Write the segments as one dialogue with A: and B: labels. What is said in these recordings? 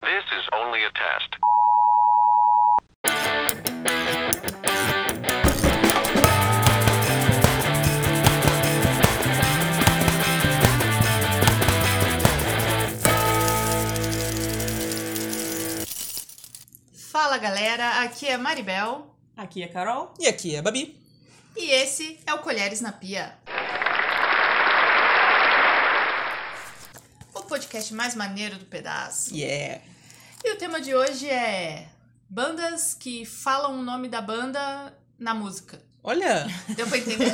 A: This is only a test.
B: Fala galera, aqui é Maribel
C: Aqui é a Carol.
D: E aqui é Babi.
B: e esse é o Colheres na Pia. O podcast mais maneiro do pedaço.
D: Yeah.
B: E o tema de hoje é bandas que falam o nome da banda na música.
D: Olha,
B: Deu pra entender?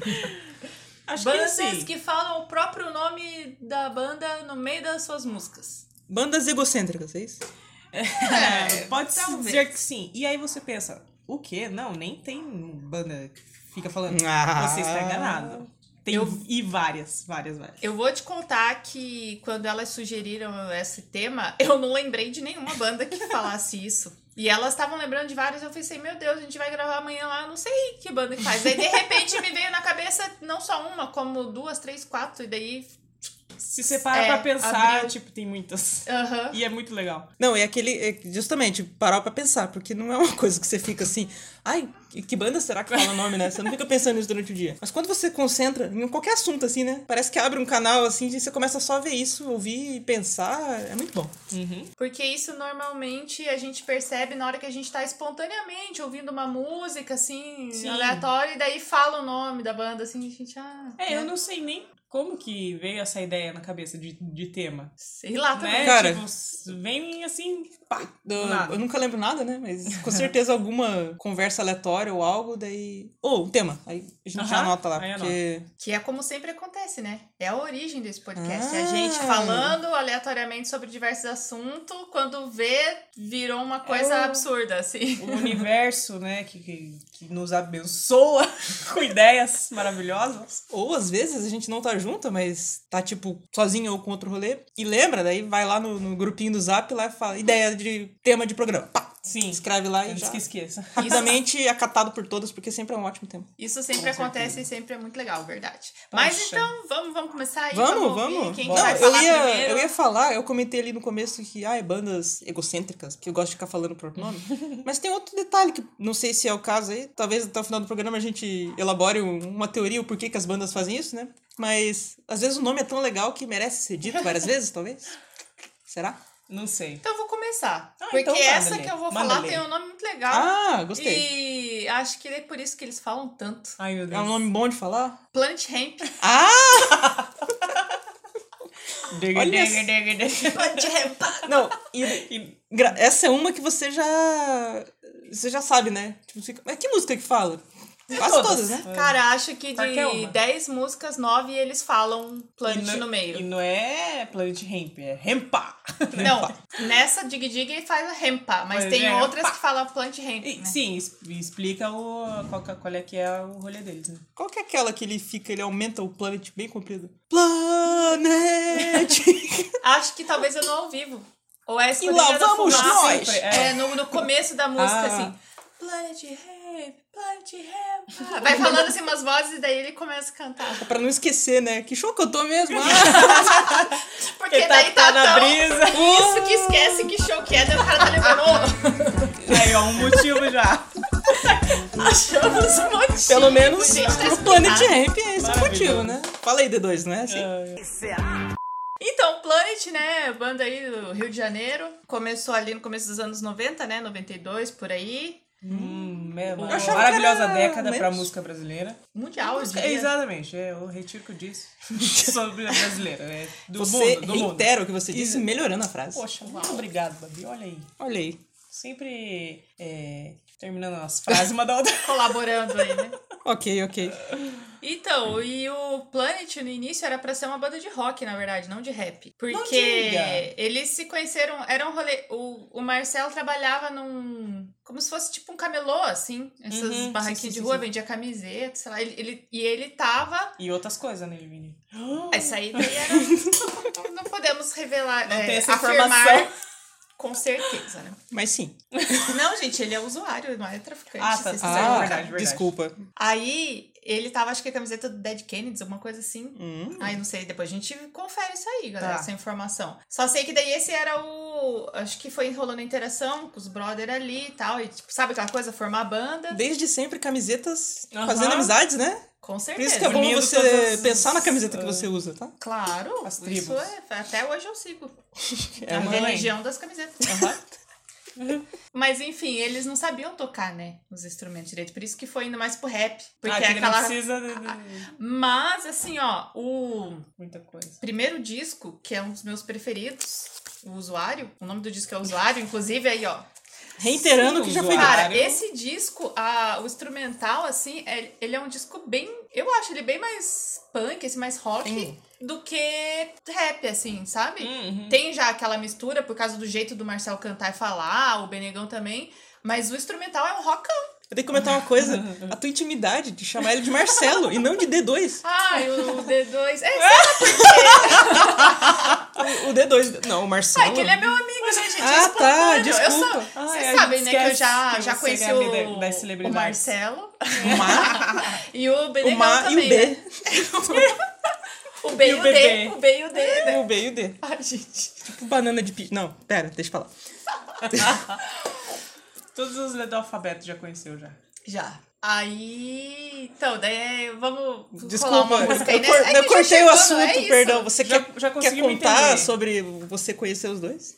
C: Acho
B: Bandas
C: que sim.
B: que falam o próprio nome da banda no meio das suas músicas.
D: bandas egocêntricas, é isso?
B: É,
C: Pode se
B: talvez.
C: dizer que sim. E aí você pensa, o quê? Não, nem tem banda que fica falando.
D: Ah.
C: Você está enganado. Tem e várias, várias, várias.
B: Eu vou te contar que quando elas sugeriram esse tema, eu não lembrei de nenhuma banda que falasse isso. E elas estavam lembrando de várias, eu pensei, meu Deus, a gente vai gravar amanhã lá, não sei que banda que faz. Daí, de repente, me veio na cabeça não só uma, como duas, três, quatro, e daí.
C: Se separa
B: É,
C: pra pensar,
B: abriu.
C: tipo, tem muitas.
B: Aham.
C: E é muito legal.
D: Não, é aquele. é justamente, parar pra pensar, porque não é uma coisa que você fica assim. Ai, que que banda será que fala o nome, né? Você não fica pensando nisso durante o dia. Mas quando você concentra em qualquer assunto, assim, né? Parece que abre um canal, assim, e você começa só a ver isso, ouvir e pensar. É muito bom.
B: Porque isso normalmente a gente percebe na hora que a gente tá espontaneamente ouvindo uma música, assim,
C: Sim.
B: aleatória, e daí fala o nome da banda, assim, a gente, ah.
C: É, eu não sei nem como que veio essa ideia na cabeça de, de tema.
B: Sei lá também.
C: Né?
D: Cara.
C: Tipo, s- vem assim, pá.
D: Eu,
C: Nada.
D: eu nunca lembro nada, né? Mas com certeza alguma conversa aleatória ou algo, daí. Ou um tema. Aí a gente já
C: Aham,
D: anota lá,
C: aí
D: porque.
B: Que é como sempre acontece, né? É a origem desse podcast. É a
D: Ah.
B: gente falando aleatoriamente sobre diversos assuntos, quando vê, virou uma coisa
C: o-
B: absurda, assim.
C: O universo, né, que, que, que nos abençoa com ideias maravilhosas.
D: Ou às vezes a gente não tá junto, mas tá tipo sozinho ou com outro rolê. E lembra, daí vai lá no, no grupinho do zap lá e fala ideia de tema de programa. Pá!
C: Sim,
D: Escreve lá e
C: antes
D: já.
C: que esqueça.
D: Rapidamente acatado por todos, porque sempre é um ótimo tema.
B: Isso sempre
C: Com
B: acontece e sempre é muito legal, verdade. Mas
C: Poxa.
B: então, vamos, vamos começar aí.
D: Vamos,
B: ouvir
D: vamos.
B: Quem que
D: Não,
B: vai
D: eu,
B: falar
D: ia,
B: primeiro?
D: eu ia falar, eu comentei ali no começo que, ah, é bandas egocêntricas, que eu gosto de ficar falando o próprio nome. Mas tem outro detalhe que não sei se é o caso aí, talvez até o final do programa a gente elabore um- uma teoria, o porquê que as bandas fazem isso, né? Mas às vezes o nome é tão legal que merece ser dito várias vezes, talvez. Será?
C: Não sei.
B: Então eu vou começar.
C: Ah,
B: porque
C: então manda
B: essa
C: ler,
B: que eu vou
C: manda
B: falar
C: ler.
B: tem um nome muito legal.
D: Ah, gostei.
B: e acho que é por isso que eles falam tanto.
C: Ai, meu Deus.
D: É um nome bom de falar?
B: Planet Hemp.
D: Ah!
C: Olha
D: Olha
C: só.
B: Planet Hemp.
D: Não, e
C: E-
D: gra- essa é uma que você já. Você já sabe, né? Tipo, fica- mas que música que fala? Quase todas,
C: todas.
D: né?
B: Cara, acho que
C: Qualquer
B: de
C: uma.
B: 10 músicas, 9 eles falam Planet
C: e
B: no meio.
C: E não é Planet Hemp, é Hempa.
B: Não, nessa Dig Dig ele faz a Hempa, mas
C: Mas
B: tem
C: é
B: outras
C: Hempa.
B: que falam Plant Hemp,
C: E,
B: né?
C: Sim, es- explica o, qual, que- qual é que é o rolê deles, né?
D: Qual que é aquela que ele fica, ele aumenta o planet bem comprido? Planet!
B: Acho que talvez eu não ao vivo. Ou é
D: E lá
B: Esquadrilha da
D: vamos
B: Fumaça.
D: nós!
C: sempre é.
B: É, no, no começo da música,
C: Ah.
B: assim. Planet Hemp, Planet Hemp. Ah, Vai falando assim umas vozes e daí ele começa a cantar.
D: pra não esquecer, né? Que show que eu tô mesmo! Ah!
B: Porque daí tá,
C: na
B: tão...
C: brisa.
B: Isso que esquece que show que é, daí o cara tá lembrando. "Ô,
C: Aí, ó, um motivo já.
B: Achamos um motivo.
D: Pelo menos
B: gente, tá
D: o Planet
B: explicado.
C: Ah,
D: Ramp é esse o motivo, né? Fala aí, D2, não é assim?
B: Então, Planet, né, banda aí do Rio de Janeiro, começou ali no começo dos anos 90, né, 92, por aí,
C: Hum, é uma
D: Eu achava que
C: maravilhosa
D: era
C: década pra
D: menos.
C: música brasileira.
B: mundial, eu
C: É,
B: diria.
C: exatamente, é, eu retiro o que eu disse sobre a brasileira. É, do
D: Você
C: mundo, do mundo.
D: reitera o que você disse, melhorando a frase.
C: Poxa, muito obrigado, Babi. Olha aí.
D: Olha aí.
C: Sempre é, terminando as frases uma da outra.
B: Colaborando aí, né.
D: Ok, ok.
B: Então, e o Planet no início era pra ser uma banda de rock, na verdade, não de rap. Porque
C: diga.
B: eles se conheceram, era um rolê. O, o Marcel trabalhava num. Como se fosse tipo um camelô, assim. Essas
C: Uhum,
B: barraquinhas
C: sim, sim,
B: de
C: sim,
B: rua,
C: sim.
B: vendia camiseta, sei lá. Ele, ele- e ele tava.
C: E outras coisas, né, Vini?
B: Ah, Isso aí daí era. não podemos revelar.
C: Não
B: é,
C: tem essa
B: afirmar
C: informação.
B: com certeza, né?
D: Mas sim.
B: Não, gente, ele é usuário, não é traficante.
C: Ah, tá,
B: vocês
C: tá.
B: precisam
C: Ah,
B: lembrar.
C: verdade.
D: desculpa.
B: Aí Ele tava, acho que a camiseta do Dead Kennedys, alguma coisa assim.
D: Hum.
B: Aí não sei, depois a gente confere isso aí, galera,
C: Tá.
B: essa informação. Só sei que daí esse era o. Acho que foi enrolando a interação com os brother ali e tal. E, tipo, sabe aquela coisa? Formar banda?
D: Desde sempre, camisetas
C: Aham.
D: fazendo amizades, né?
B: Com
D: Por
B: certeza.
D: isso que é bom
C: Unindo
D: você
C: todas as-
D: pensar na camiseta que
C: ah.
D: você usa, tá?
B: Claro,
C: As
B: isso
C: tribos.
B: é. Até hoje eu sigo. É
D: É
B: a
D: uma
B: religião das camisetas. Mas enfim, eles não sabiam tocar, né? Os instrumentos direito. Por isso que foi indo mais pro rap. Porque
C: ah,
B: é
C: que ele não
B: aquela.
C: precisa de, de-
B: Mas, assim, ó, o
C: muita coisa.
B: primeiro disco, que é um dos meus preferidos, o Usuário, o nome do disco é Usuário, inclusive aí, ó.
D: Reiterando
C: Sim,
D: o que já foi
C: usuário.
D: dito.
B: Cara, esse disco, a, o instrumental, assim, é- ele é um disco bem. Eu acho ele bem mais punk, esse mais rock
D: Sim.
B: do que rap, assim, sabe?
C: Uhum.
B: Tem já aquela mistura por causa do jeito do Marcel cantar e falar, o Benegão também. Mas o instrumental é um rockão.
D: Eu tenho que comentar uma coisa. A tua intimidade de chamar ele de Marcelo e não de D2.
B: Ai, o D2. É,
D: O, o D2. Não, o Marcelo.
B: Ai, que ele é meu amigo, né, gente?
D: Ah,
B: Isso
D: tá,
B: Eu sou-
D: desculpa.
C: Ah,
B: Vocês
C: é, a gente
B: sabem, né, que eu
C: esquece
B: já,
C: que
B: já
C: você
B: conheci
C: é amiga
B: o,
C: das
B: o
C: celebridades.
B: Marcelo
D: O Ma,
B: e o
D: o
B: Benegão
D: Ma e
B: também. né?
D: o B.
B: O B
C: E
B: e
C: o
B: o D.
C: bebê.
B: O B e o D.
D: O B e o D.
B: Ai, gente.
D: Tipo banana de pi. Não, pera, deixa eu falar.
C: Todos os letras do alfabeto já conheceu já.
B: Já. Aí. Então, daí vamos.
D: Desculpa,
B: rolar uma música aí,
D: eu,
B: né?
D: cor-
B: É que
D: eu
B: já
D: cortei
B: chegando,
D: o assunto,
B: é isso.
D: perdão. Você
C: Já-
D: quer,
C: já
D: quer
C: consegui me
D: contar
C: entender.
D: sobre você conhecer os dois?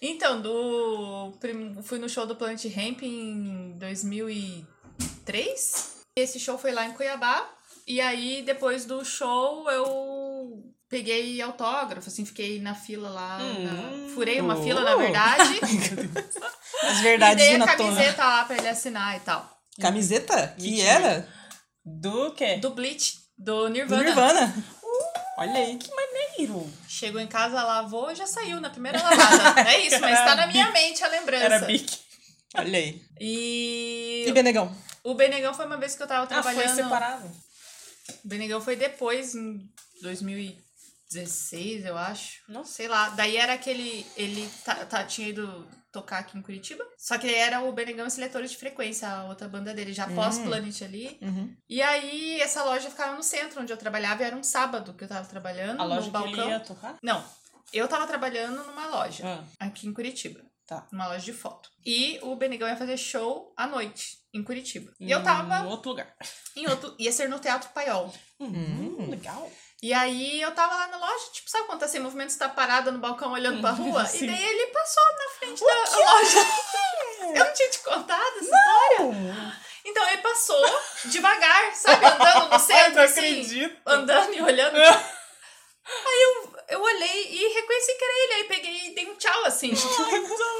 B: Então, do. prim- Fui no show do Planet Ramp em 2003. E esse show foi lá em Cuiabá. E aí, depois do show, eu peguei autógrafo, assim, fiquei na fila lá.
C: Hum.
B: na- Furei uma fila, na
D: Oh.
B: verdade.
D: As
B: e
D: verdades
B: dei
D: na
B: a
D: tona.
B: camiseta lá pra ele assinar e tal.
D: Camiseta? Que
C: Mentira.
D: era?
C: Do quê?
B: Do Bleach, do
D: Do
B: Nirvana. Uh,
D: Nirvana.
C: Olha aí, que maneiro.
B: Chegou em casa, lavou e já saiu na primeira lavada. é isso, mas tá na minha mente a lembrança.
C: Era bique.
D: Olha aí.
B: E
D: E Benegão?
B: o Benegão foi uma vez que eu tava
C: Ah, foi
B: trabalhando.
C: separado.
B: O Benegão foi depois, em 2016, eu acho. Não
C: Nossa.
B: sei lá. Daí era aquele. Ele tá, tá- tinha ido tocar aqui em Curitiba. Só que era o Benegão e Seletores de Frequência, a outra banda dele,
C: Hum.
B: já pós-Planet ali.
D: Uhum.
B: E aí essa loja ficava no centro onde eu trabalhava e era um sábado que eu tava trabalhando
C: A
B: no
C: loja que
B: balcão.
C: ele ia tocar?
B: Não. Eu tava trabalhando numa loja
C: Ah,
B: aqui em Curitiba.
C: Tá.
B: Numa loja de foto. E o Benegão ia fazer show à noite, em Curitiba. E eu tava
C: Em outro lugar.
B: em outro. Ia ser no Teatro Paiol.
C: Hum, legal.
B: E aí eu tava lá na loja, tipo, sabe quando tá sem movimento, você tá parada no balcão olhando pra rua? E
C: Uhum, Sim. é?
B: daí ele passou na frente da loja. Eu não tinha te contado essa história. Então ele passou devagar, sabe? Andando no
C: Ai,
B: centro,
C: não
B: assim.
C: acredito.
B: Andando e olhando. Aí eu, eu olhei e reconheci que era ele. Aí peguei e dei um tchau, assim.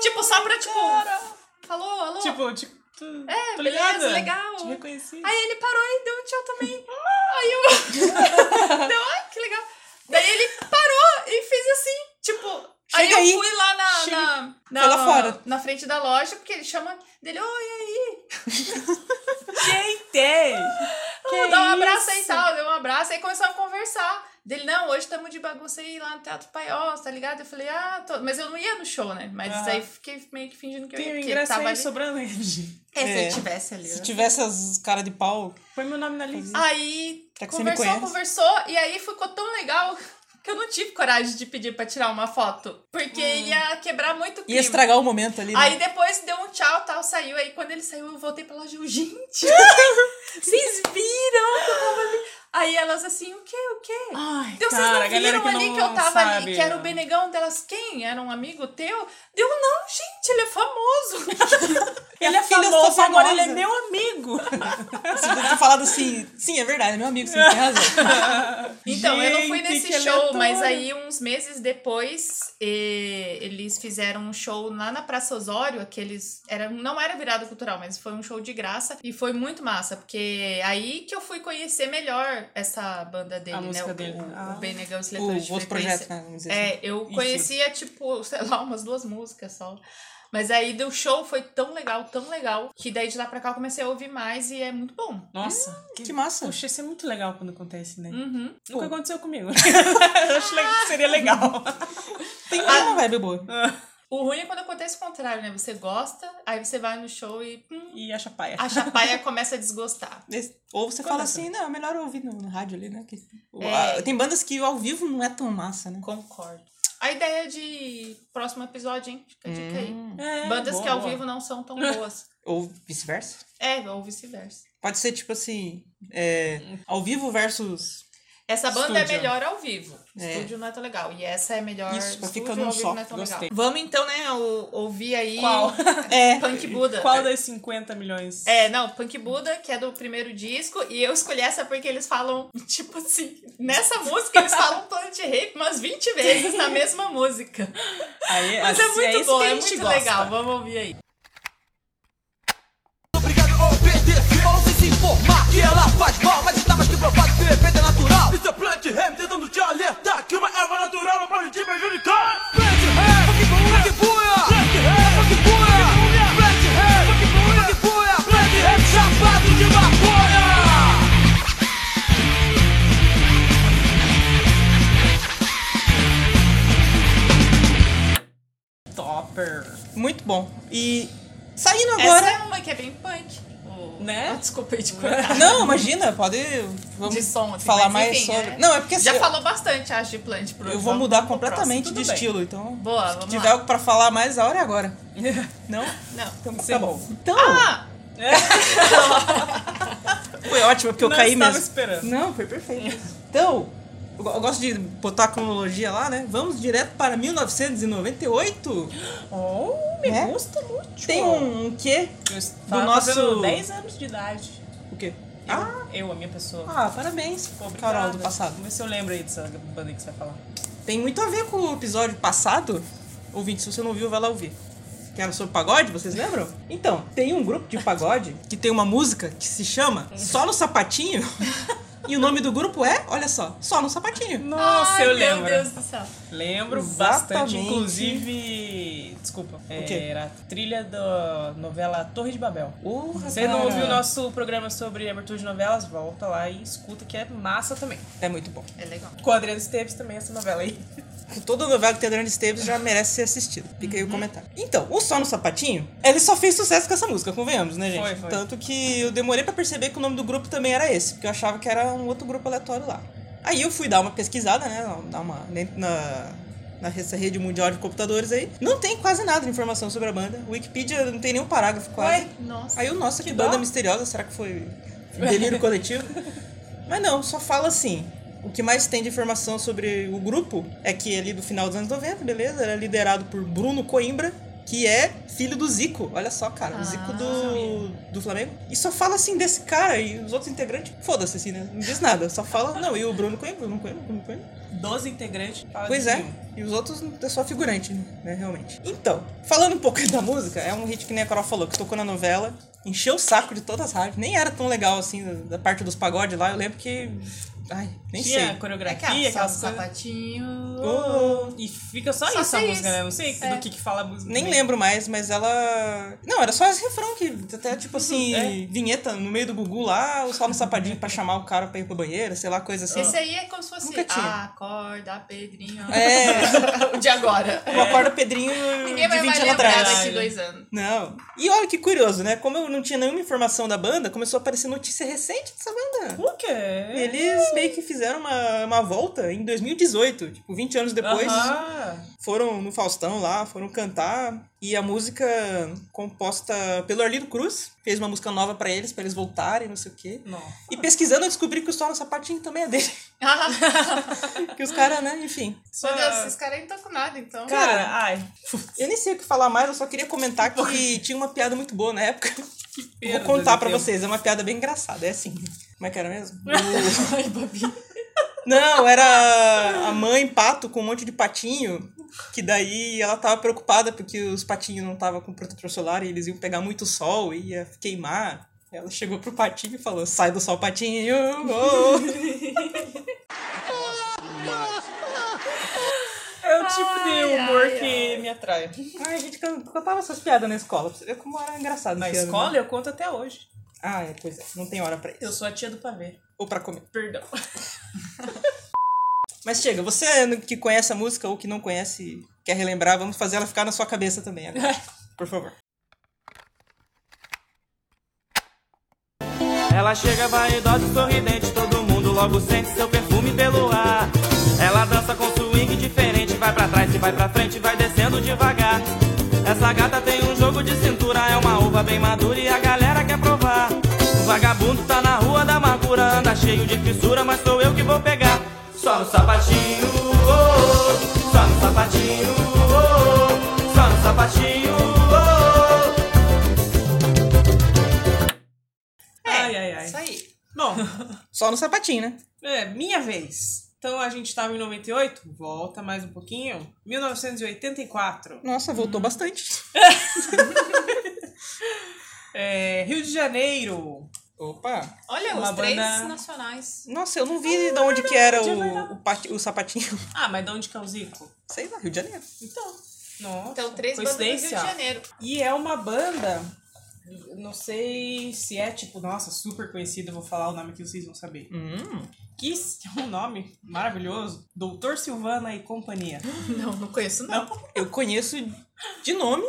B: tipo, só pra, tipo... Falou, alô.
C: Tipo, tipo, tu-
B: É, beleza,
C: tô ligada?
B: legal.
C: Te reconheci.
B: Aí ele parou e deu um tchau também.
D: Ah!
B: Aí eu. Deu, ai, que legal. Daí ele parou e fez assim, tipo. aí
D: Chega
B: eu
D: aí.
B: fui lá na,
D: Chega.
B: na, na,
D: Foi lá fora.
B: na frente da loja, porque ele chama dele, oi, aí.
C: Gente!
B: Vamos dar um abraço aí e tal. Deu um abraço, aí começamos a conversar. Dele, não, hoje estamos de bagunça aí lá no Teatro Paiol, tá ligado? Eu falei, ah, tô... mas eu não ia no show, né? Mas
C: Aham.
B: aí fiquei meio que fingindo que eu
C: Tem
B: ia,
C: um
B: porque
C: ingresso
B: tava
C: aí
B: ali.
C: sobrando, gente.
B: É, se
D: É.
B: eu tivesse ali.
D: Se
B: né?
D: tivesse as caras de pau,
C: Põe meu nome na lista.
B: Aí
D: Será que você me
B: conversou,
D: conhece?
B: conversou, e aí ficou tão legal que eu não tive coragem de pedir pra tirar uma foto. Porque ia quebrar muito o
D: Hum. ia
B: clima.
D: estragar o momento ali. né?
B: Aí depois deu um tchau, tal, saiu. Aí quando ele saiu, eu voltei pra loja. eu, Gente, vocês viram que eu tava ali? Aí elas assim, o quê, o quê?
C: Ai,
B: Então vocês não viram ali que eu tava ali, que era
D: é.
B: o Benegão delas, quem? Era um amigo teu? Deu, não, gente, ele é famoso.
C: Ele é
D: Filha, eu sou
C: famoso, agora ele
D: famosa.
C: é meu amigo.
D: Você podia ter falado assim, sim, é verdade, é meu amigo, sim, tem razão.
B: Então, eu não fui
C: Gente,
B: nesse
C: que
B: show,
C: aleatório.
B: mas aí uns meses depois eh, eles fizeram um show lá na Praça Osório, aqueles. Era, não era virada cultural, mas foi um show de graça e foi muito massa, porque aí que eu fui conhecer melhor essa banda dele, né?
C: música
B: o,
C: dele.
B: o,
C: Ah.
B: o Benegão e os
D: O
B: Leitores de
D: outro
B: Frequência.
D: projeto, né? Vamos dizer assim.
B: É, eu
C: Enfim.
B: conhecia, tipo, sei lá, umas duas músicas só. Mas aí do show foi tão legal, tão legal, que daí de lá pra cá eu comecei a ouvir mais e é muito bom.
C: Nossa,
D: Que massa.
C: Puxa, isso é muito legal quando acontece, né?
B: Uhum.
C: Nunca aconteceu comigo. Eu acho que seria legal.
B: Ah.
D: Tem uma vibe boa.
B: O ruim é quando acontece o contrário, né? Você gosta, aí você vai no show e hum,
C: E acha paia.
B: a chapaia começa a desgostar.
D: Esse- Ou você fala
C: Acontece.
D: assim, não, é melhor ouvir no, no rádio ali, né? Que, o-
B: É.
D: a- tem bandas que ao vivo não é tão massa, né?
B: Concordo. A ideia de próximo episódio, hein? Fica a dica aí.
D: Hum.
C: É,
B: Bandas
C: boa,
B: que ao
C: boa.
B: vivo não são tão boas.
D: Ou vice-versa.
B: É, ou vice-versa.
D: Pode ser tipo assim, é,
B: Uhum.
D: ao vivo versus.
B: Essa banda é
D: Estúdio.
B: melhor ao vivo.
D: É.
B: Estúdio não é tão legal. E essa é melhor.
D: Isso,
B: estúdio,
D: fica num
B: ao vivo
D: só.
B: não é tão
C: Gostei.
B: legal. Vamos então, né, o- ouvir aí.
C: Qual?
D: É.
B: Punk Buda.
C: Qual das 50 milhões?
B: É, não, Punk Buda, que é do primeiro disco, e eu escolhi essa porque eles falam, tipo assim, nessa música eles falam um Planet Rape umas 20 vezes na mesma música.
C: Aí,
B: Mas é
C: assim,
B: muito
C: isso
B: bom,
C: que a
B: é
C: gente
B: muito
C: gosta.
B: legal, vamos ouvir aí.
A: Obrigado a obedecer Pra você se informar que ela faz mal Mas está mais que provado que o efeito é natural Isso é Plant Ham tentando te alertar Que uma erva natural não pode te prejudicar Plant Ham, que buia Plant Ham, que buia Plant Ham, que buia Plant buia Plant Ham chapado de maconha
C: Topper.
D: Muito bom. E saindo
B: Essa
D: agora.
B: é uma que é bem punk. O-
C: Né?
B: Ah, desculpa aí de cortar.
D: Não, imagina, pode. Vamos
B: De som, assim,
D: falar
B: mas
D: mais
B: enfim,
D: sobre.
B: é.
D: Não, é porque assim.
B: Já
D: eu-
B: falou bastante, acho, de Plant Pro.
D: eu vou mudar
B: vamos pro
D: completamente
C: tudo
D: de
C: bem.
D: estilo, então.
B: próximo. Boa,
D: Se
B: vamos
D: tiver
B: lá.
D: algo pra falar mais, a hora é agora. Não?
B: Não.
D: Então
C: Sim.
D: tá bom. Então,
B: Ah!
D: foi ótimo, porque eu
C: Não
D: caí
C: estava
D: mesmo.
C: esperando.
D: Não, foi perfeito. Então, eu go- eu gosto de botar a cronologia lá, né? Vamos direto para 1998.
C: Oh, me
B: Né?
D: É.
C: gusta muito.
D: Tem um, um quê?
C: Eu estava
D: nosso-
C: fazendo 10 anos de idade.
D: O quê?
C: Eu,
D: Ah,
C: eu, a minha pessoa.
D: ah, parabéns,
C: Obrigada.
D: Carol, do passado.
C: Vamos ver se eu lembro aí dessa banda que você vai falar.
D: Tem muito a ver com o episódio passado. Ouvinte, se você não viu, vai lá ouvir. Que era sobre pagode, vocês lembram? Então, tem um grupo de pagode que tem uma música que se chama Solo Sapatinho. e o nome do grupo é, olha só, Solo Sapatinho.
C: Nossa,
B: Ai,
C: eu
B: Meu
C: lembro.
B: Deus do céu.
C: Lembro
D: Exatamente.
C: bastante, inclusive. Desculpa. é,
D: quê?
C: Era a trilha da novela Torre de Babel.
D: Porra,
C: Você não
D: cara.
C: ouviu o nosso programa sobre abertura de novelas? Volta lá e escuta que é massa também.
D: É muito bom.
B: É legal.
C: Com a Adriana Esteves também essa novela aí.
D: Toda novela que tem Adriana Esteves já merece ser assistida. Fica aí o comentário. Então, o Só no Sapatinho, ele só fez sucesso com essa música, convenhamos, né, gente?
C: Foi, foi.
D: Tanto que eu demorei pra perceber que o nome do grupo também era esse, porque eu achava que era um outro grupo aleatório lá. Aí eu fui dar uma pesquisada, né? Dar uma. Na, na essa rede mundial de computadores aí. Não tem quase nada de informação sobre a banda. Wikipedia não tem nenhum parágrafo quase.
B: Nossa.
D: Aí o nosso que
C: dó.
D: banda misteriosa, será que foi delírio coletivo? Mas não, só fala assim. O que mais tem de informação sobre o grupo é que ali do final dos anos 90, beleza? Era liderado por Bruno Coimbra, que é filho do Zico. Olha só, cara.
B: Ah,
D: o Zico do,
B: sabia.
D: do Flamengo. E só fala assim desse cara e os outros integrantes. Foda-se, assim, né? Não diz nada. Só fala, não, e o Bruno Coimbra, Bruno Coimbra, Bruno Coimbra.
C: 12 integrantes. fala
D: Pois
C: de
D: é,
C: nenhum.
D: e os outros é só figurante, né, realmente. Então, falando um pouco da música, é um hit que nem a Carol falou, que tocou na novela, encheu o saco de todas as rádios, nem era tão legal assim, da da parte dos pagodes lá, eu lembro que... Ai, nem
C: Tinha
D: sei.
B: É
C: coreografia,
B: que só um
C: aquelas coisas.
B: sapatinho.
D: Oh,
C: E fica só,
B: Só
C: isso a
B: sei
C: música,
B: isso.
C: né? Não sei
B: É.
C: do que, que fala a música.
D: Nem
C: também.
D: lembro mais, mas ela... Não, era só esse refrão que até, tipo assim,
C: É.
D: vinheta no meio do Gugu lá, o sol no sapadinho pra chamar o cara pra ir pro banheiro, sei lá, coisa assim.
B: Esse aí é como se fosse.
D: Nunca tinha.
B: Ah, acorda, Pedrinho.
D: É,
B: O de agora.
D: eu acordo Pedrinho
B: Ninguém
D: de
B: vai
D: 20
B: mais
D: anos
B: lembrar
D: atrás.
B: daqui dois anos.
D: Não. E olha que curioso, né? Como eu não tinha nenhuma informação da banda, começou a aparecer notícia recente dessa banda.
C: O quê?
D: Eles meio que fizeram uma, uma volta em 2018, tipo, 20 anos depois.
C: Aham.
D: Foram no Faustão lá, foram cantar. E a música composta pelo Arlindo Cruz fez uma música nova pra eles, pra eles voltarem, não sei o quê.
C: Não.
D: E pesquisando, eu descobri que o Solo Sapatinho também é dele.
B: Ah,
D: Que os caras, né? Enfim.
B: Meu Deus, esses caras aí não estão com nada, então.
C: Cara, ai.
D: Eu nem sei o que falar mais, eu só queria comentar que tinha uma piada muito boa na época. Vou
C: perda
D: contar
C: de
D: pra
C: tempo.
D: vocês, é uma piada bem engraçada, é assim. Como é que era mesmo?
B: Ai, Babi.
D: Não, era a mãe pato com um monte de patinho, que daí ela tava preocupada porque os patinhos não estavam com protetor solar e eles iam pegar muito sol e ia queimar. Ela chegou pro patinho e falou: sai do sol, patinho! ô, ô."
C: É o tipo de
B: Ai,
C: humor
B: ai,
C: que me atrai.
D: Ai, a gente can- cantava essas piadas na escola, pra você ver como era engraçado.
C: Na
D: esse ano,
C: escola
D: né?
C: eu conto até hoje.
D: Ah, é, pois é, não tem hora pra isso.
C: Eu sou a tia do pavê.
D: Ou pra comer.
C: Perdão.
D: é Mas chega, você que conhece a música ou que não conhece, quer relembrar, vamos fazer ela ficar na sua cabeça também agora.
C: É.
D: Por favor.
E: Ela chega vaidosa e sorridente, todo mundo logo sente seu perfume pelo ar. Ela dança com swing diferente, vai pra trás e vai pra frente, vai descendo devagar. Essa gata tem um jogo de cintura, é uma uva bem madura e a galera quer provar. O vagabundo tá na rua da amargura, anda cheio de fissura, mas sou eu que vou pegar. Só no sapatinho, oh, oh, só no sapatinho, oh, oh, só no sapatinho, oh, oh.
B: É,
C: Ai, ai, ai.
B: Isso aí.
C: Bom,
D: Só no sapatinho, né?
C: é, minha vez. Então a gente tava em 98, volta mais um pouquinho. 1984.
D: Nossa,
C: Uhum.
D: voltou bastante.
C: É, Rio de Janeiro.
D: Opa.
B: Olha,
C: Uma
B: os três
C: banda-
B: nacionais.
D: Nossa, eu não vi de onde que era o, o, pati- o sapatinho.
C: Ah, mas de onde que é o Zico?
D: Sei lá, Rio de Janeiro.
C: Então. Nossa.
B: Então, três bandas do Rio de
C: coincidência.
B: Janeiro.
C: E é uma banda, não sei se é tipo, nossa, super conhecida, vou falar o nome que vocês vão saber. Que é um nome maravilhoso, Doutor Silvana e Companhia.
B: Não, não conheço, não.
D: Eu conheço de nome,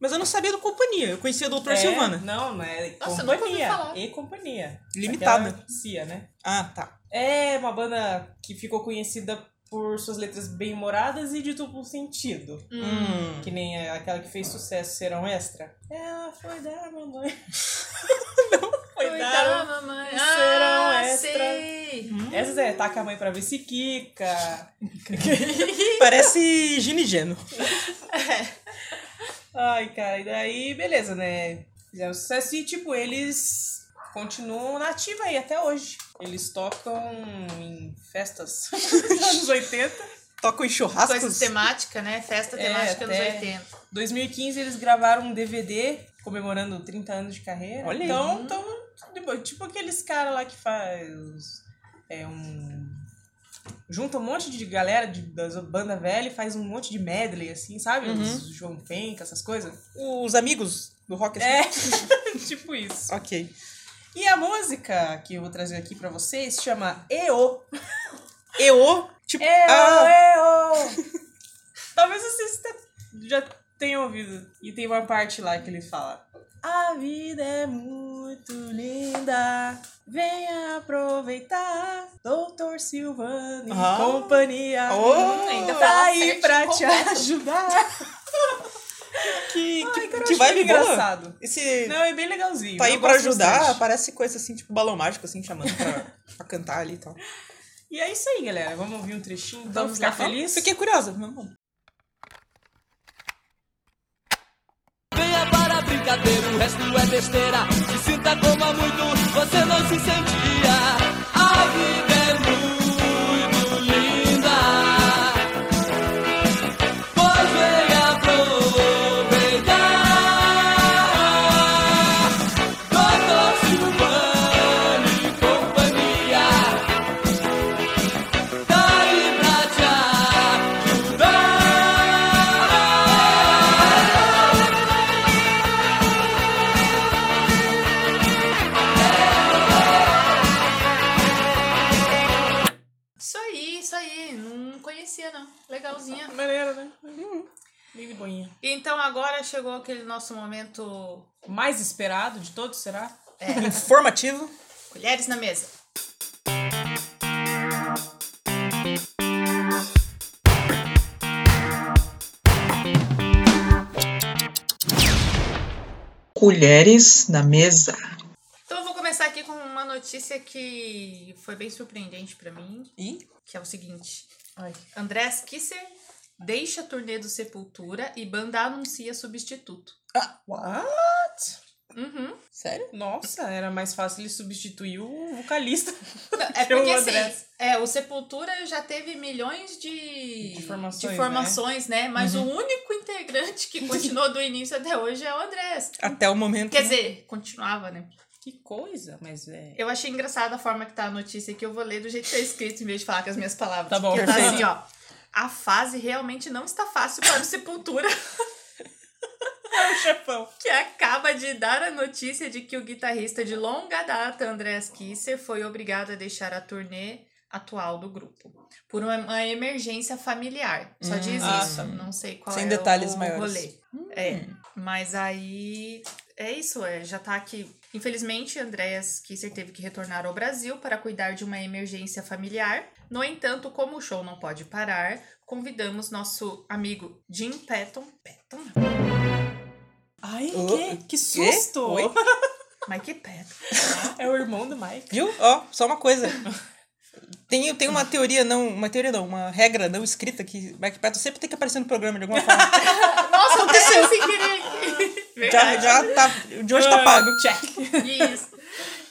D: mas eu não sabia do companhia. Eu conhecia a doutora
C: É,
D: Silvana.
C: Não, não é
B: Nossa, eu nunca ouvi
C: Companhia.
B: falar.
C: E Companhia.
D: Limitada.
C: Aquela Cia, né?
D: Ah, tá.
C: É uma banda que ficou conhecida por suas letras bem-humoradas e de duplo sentido.
D: Hum.
C: Que nem é aquela que fez sucesso, Serão Extra. Ela foi da mamãe. não foi
B: Oi, da
C: da
B: mamãe.
C: um serão
B: Ah,
C: extra.
B: sei. Hum,
C: Essas é taca a mãe pra ver se quica.
D: Hum. Parece Gino e Geno.
C: Ai, cara, e daí, beleza, né? Fizeram sucesso e, tipo, eles continuam na ativa aí até hoje. Eles tocam em festas dos anos 80.
D: Toca em churrascos.
B: Coisa temática, né? Festa
C: É,
B: temática nos
C: até-
B: 80.
C: 2015 eles gravaram um DVD comemorando 30 anos de carreira.
D: Olha aí.
C: então, então, tipo, tipo aqueles caras lá que faz é um junta um monte de galera de, das banda velha e faz um monte de medley assim, sabe?
D: Uhum.
C: Os João Penca, essas coisas.
D: Os amigos do rock. assim.
C: É, tipo isso.
D: Ok.
C: E a música que eu vou trazer aqui pra vocês chama EO.
D: Eu, tipo...
C: EO,
D: ah,
C: EO. Talvez vocês te- já tenham ouvido. E tem uma parte lá que ele fala. A vida é muito linda, venha aproveitar, Doutor Silvano e
D: Ah.
C: companhia.
D: Oh.
B: Ainda
C: tá
B: fala
C: aí
B: certinho,
C: pra te
B: completo.
C: ajudar.
D: que, que,
C: é. Ai, cara, eu
D: que
C: achei
D: vibe boa.
C: engraçado.
D: Esse...
C: Não, é bem legalzinho.
D: Tá aí
C: eu
D: pra
C: gosto
D: ajudar,
C: bastante.
D: parece coisa assim, tipo balão mágico, assim, chamando pra, pra cantar ali e tal.
C: E é isso aí, galera. Vamos ouvir um trechinho?
D: Vamos
C: Vamos ficar
D: lá, vamos.
C: feliz?
D: Fiquei curiosa. Vamos.
A: Venha para a brincadeira, o resto é besteira. Se sinta como há muito, você não se sentia. A vida é muito linda. Pois venha aproveitar. Doutor Silvano e companhia. Tá aí pra te ajudar.
B: Isso aí, isso aí. Não conhecia, não. Legalzinha.
C: Maneiro, né? Lindo e boinha.
B: Então agora chegou aquele nosso momento.
C: Mais esperado de todos, será?
D: Informativo.
B: Colheres na mesa.
D: Colheres na mesa.
B: Então eu vou começar aqui com uma notícia que foi bem surpreendente pra mim,
D: E?
B: que é o seguinte.
C: Ai.
B: Andrés Kisser deixa a turnê do Sepultura e banda anuncia substituto.
C: What?
B: Uhum.
D: Sério?
C: Nossa, era mais fácil ele substituir o vocalista.
B: É
C: Eu,
B: porque
C: Andrés.
B: assim, é, o Sepultura já teve milhões de,
C: De formações, Uhum.
B: de formações, né? Mas o único integrante que continuou do início até hoje é o Andrés.
D: Até o momento.
C: Uhum.
B: Quer dizer, continuava, né?
C: Que coisa, mas é.
B: Eu achei engraçada a forma que tá a notícia que eu vou ler do jeito que tá escrito em vez de falar com as minhas palavras.
C: Tá bom,
B: Porque tá
C: perfeito.
B: assim, ó. A fase realmente não está fácil para o Sepultura,
C: O chefão.
B: que acaba de dar a notícia de que o guitarrista de longa data, Andreas Kisser, foi obrigado a deixar a turnê atual do grupo. Por uma, uma emergência familiar. Só
D: Hum,
B: diz
D: ah,
B: isso.
D: tá.
B: Não sei qual
D: Sem
B: é
D: detalhes
B: o
D: maiores. Hum.
B: rolê. É. Mas aí é isso, é, já tá aqui. Infelizmente, Andreas Kisser teve que retornar ao Brasil para cuidar de uma emergência familiar. No entanto, como o show não pode parar, convidamos nosso amigo Jim Patton. Patton?
C: Ai,
D: Oh,
C: que, que
D: Quê?
C: susto!
D: Oi?
B: Mike Patton.
C: É o irmão do Mike.
D: Viu? Ó, só uma coisa. Tem, tem uma teoria não. Uma teoria não, uma regra não escrita que Mike Patton sempre tem que aparecer no programa de alguma forma.
B: Nossa, aconteceu sem querer aqui.
D: já,
B: Verdade.
D: já tá. De hoje tá pago.
C: Check.
B: Isso.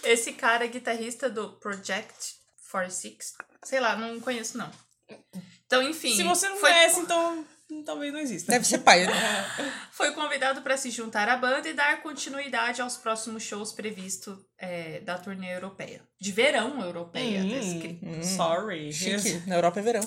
B: Esse cara é guitarrista do Project 46. Sei lá, não conheço, não. Então, enfim.
C: Se você não
B: foi,
C: conhece, então talvez não exista.
D: Deve ser pai. né?
B: Foi convidado para se juntar à banda e dar continuidade aos próximos shows previstos é, da turnê europeia. De verão europeia, tá escrito.
C: Hum, sorry.
D: Chique. Na Europa é verão.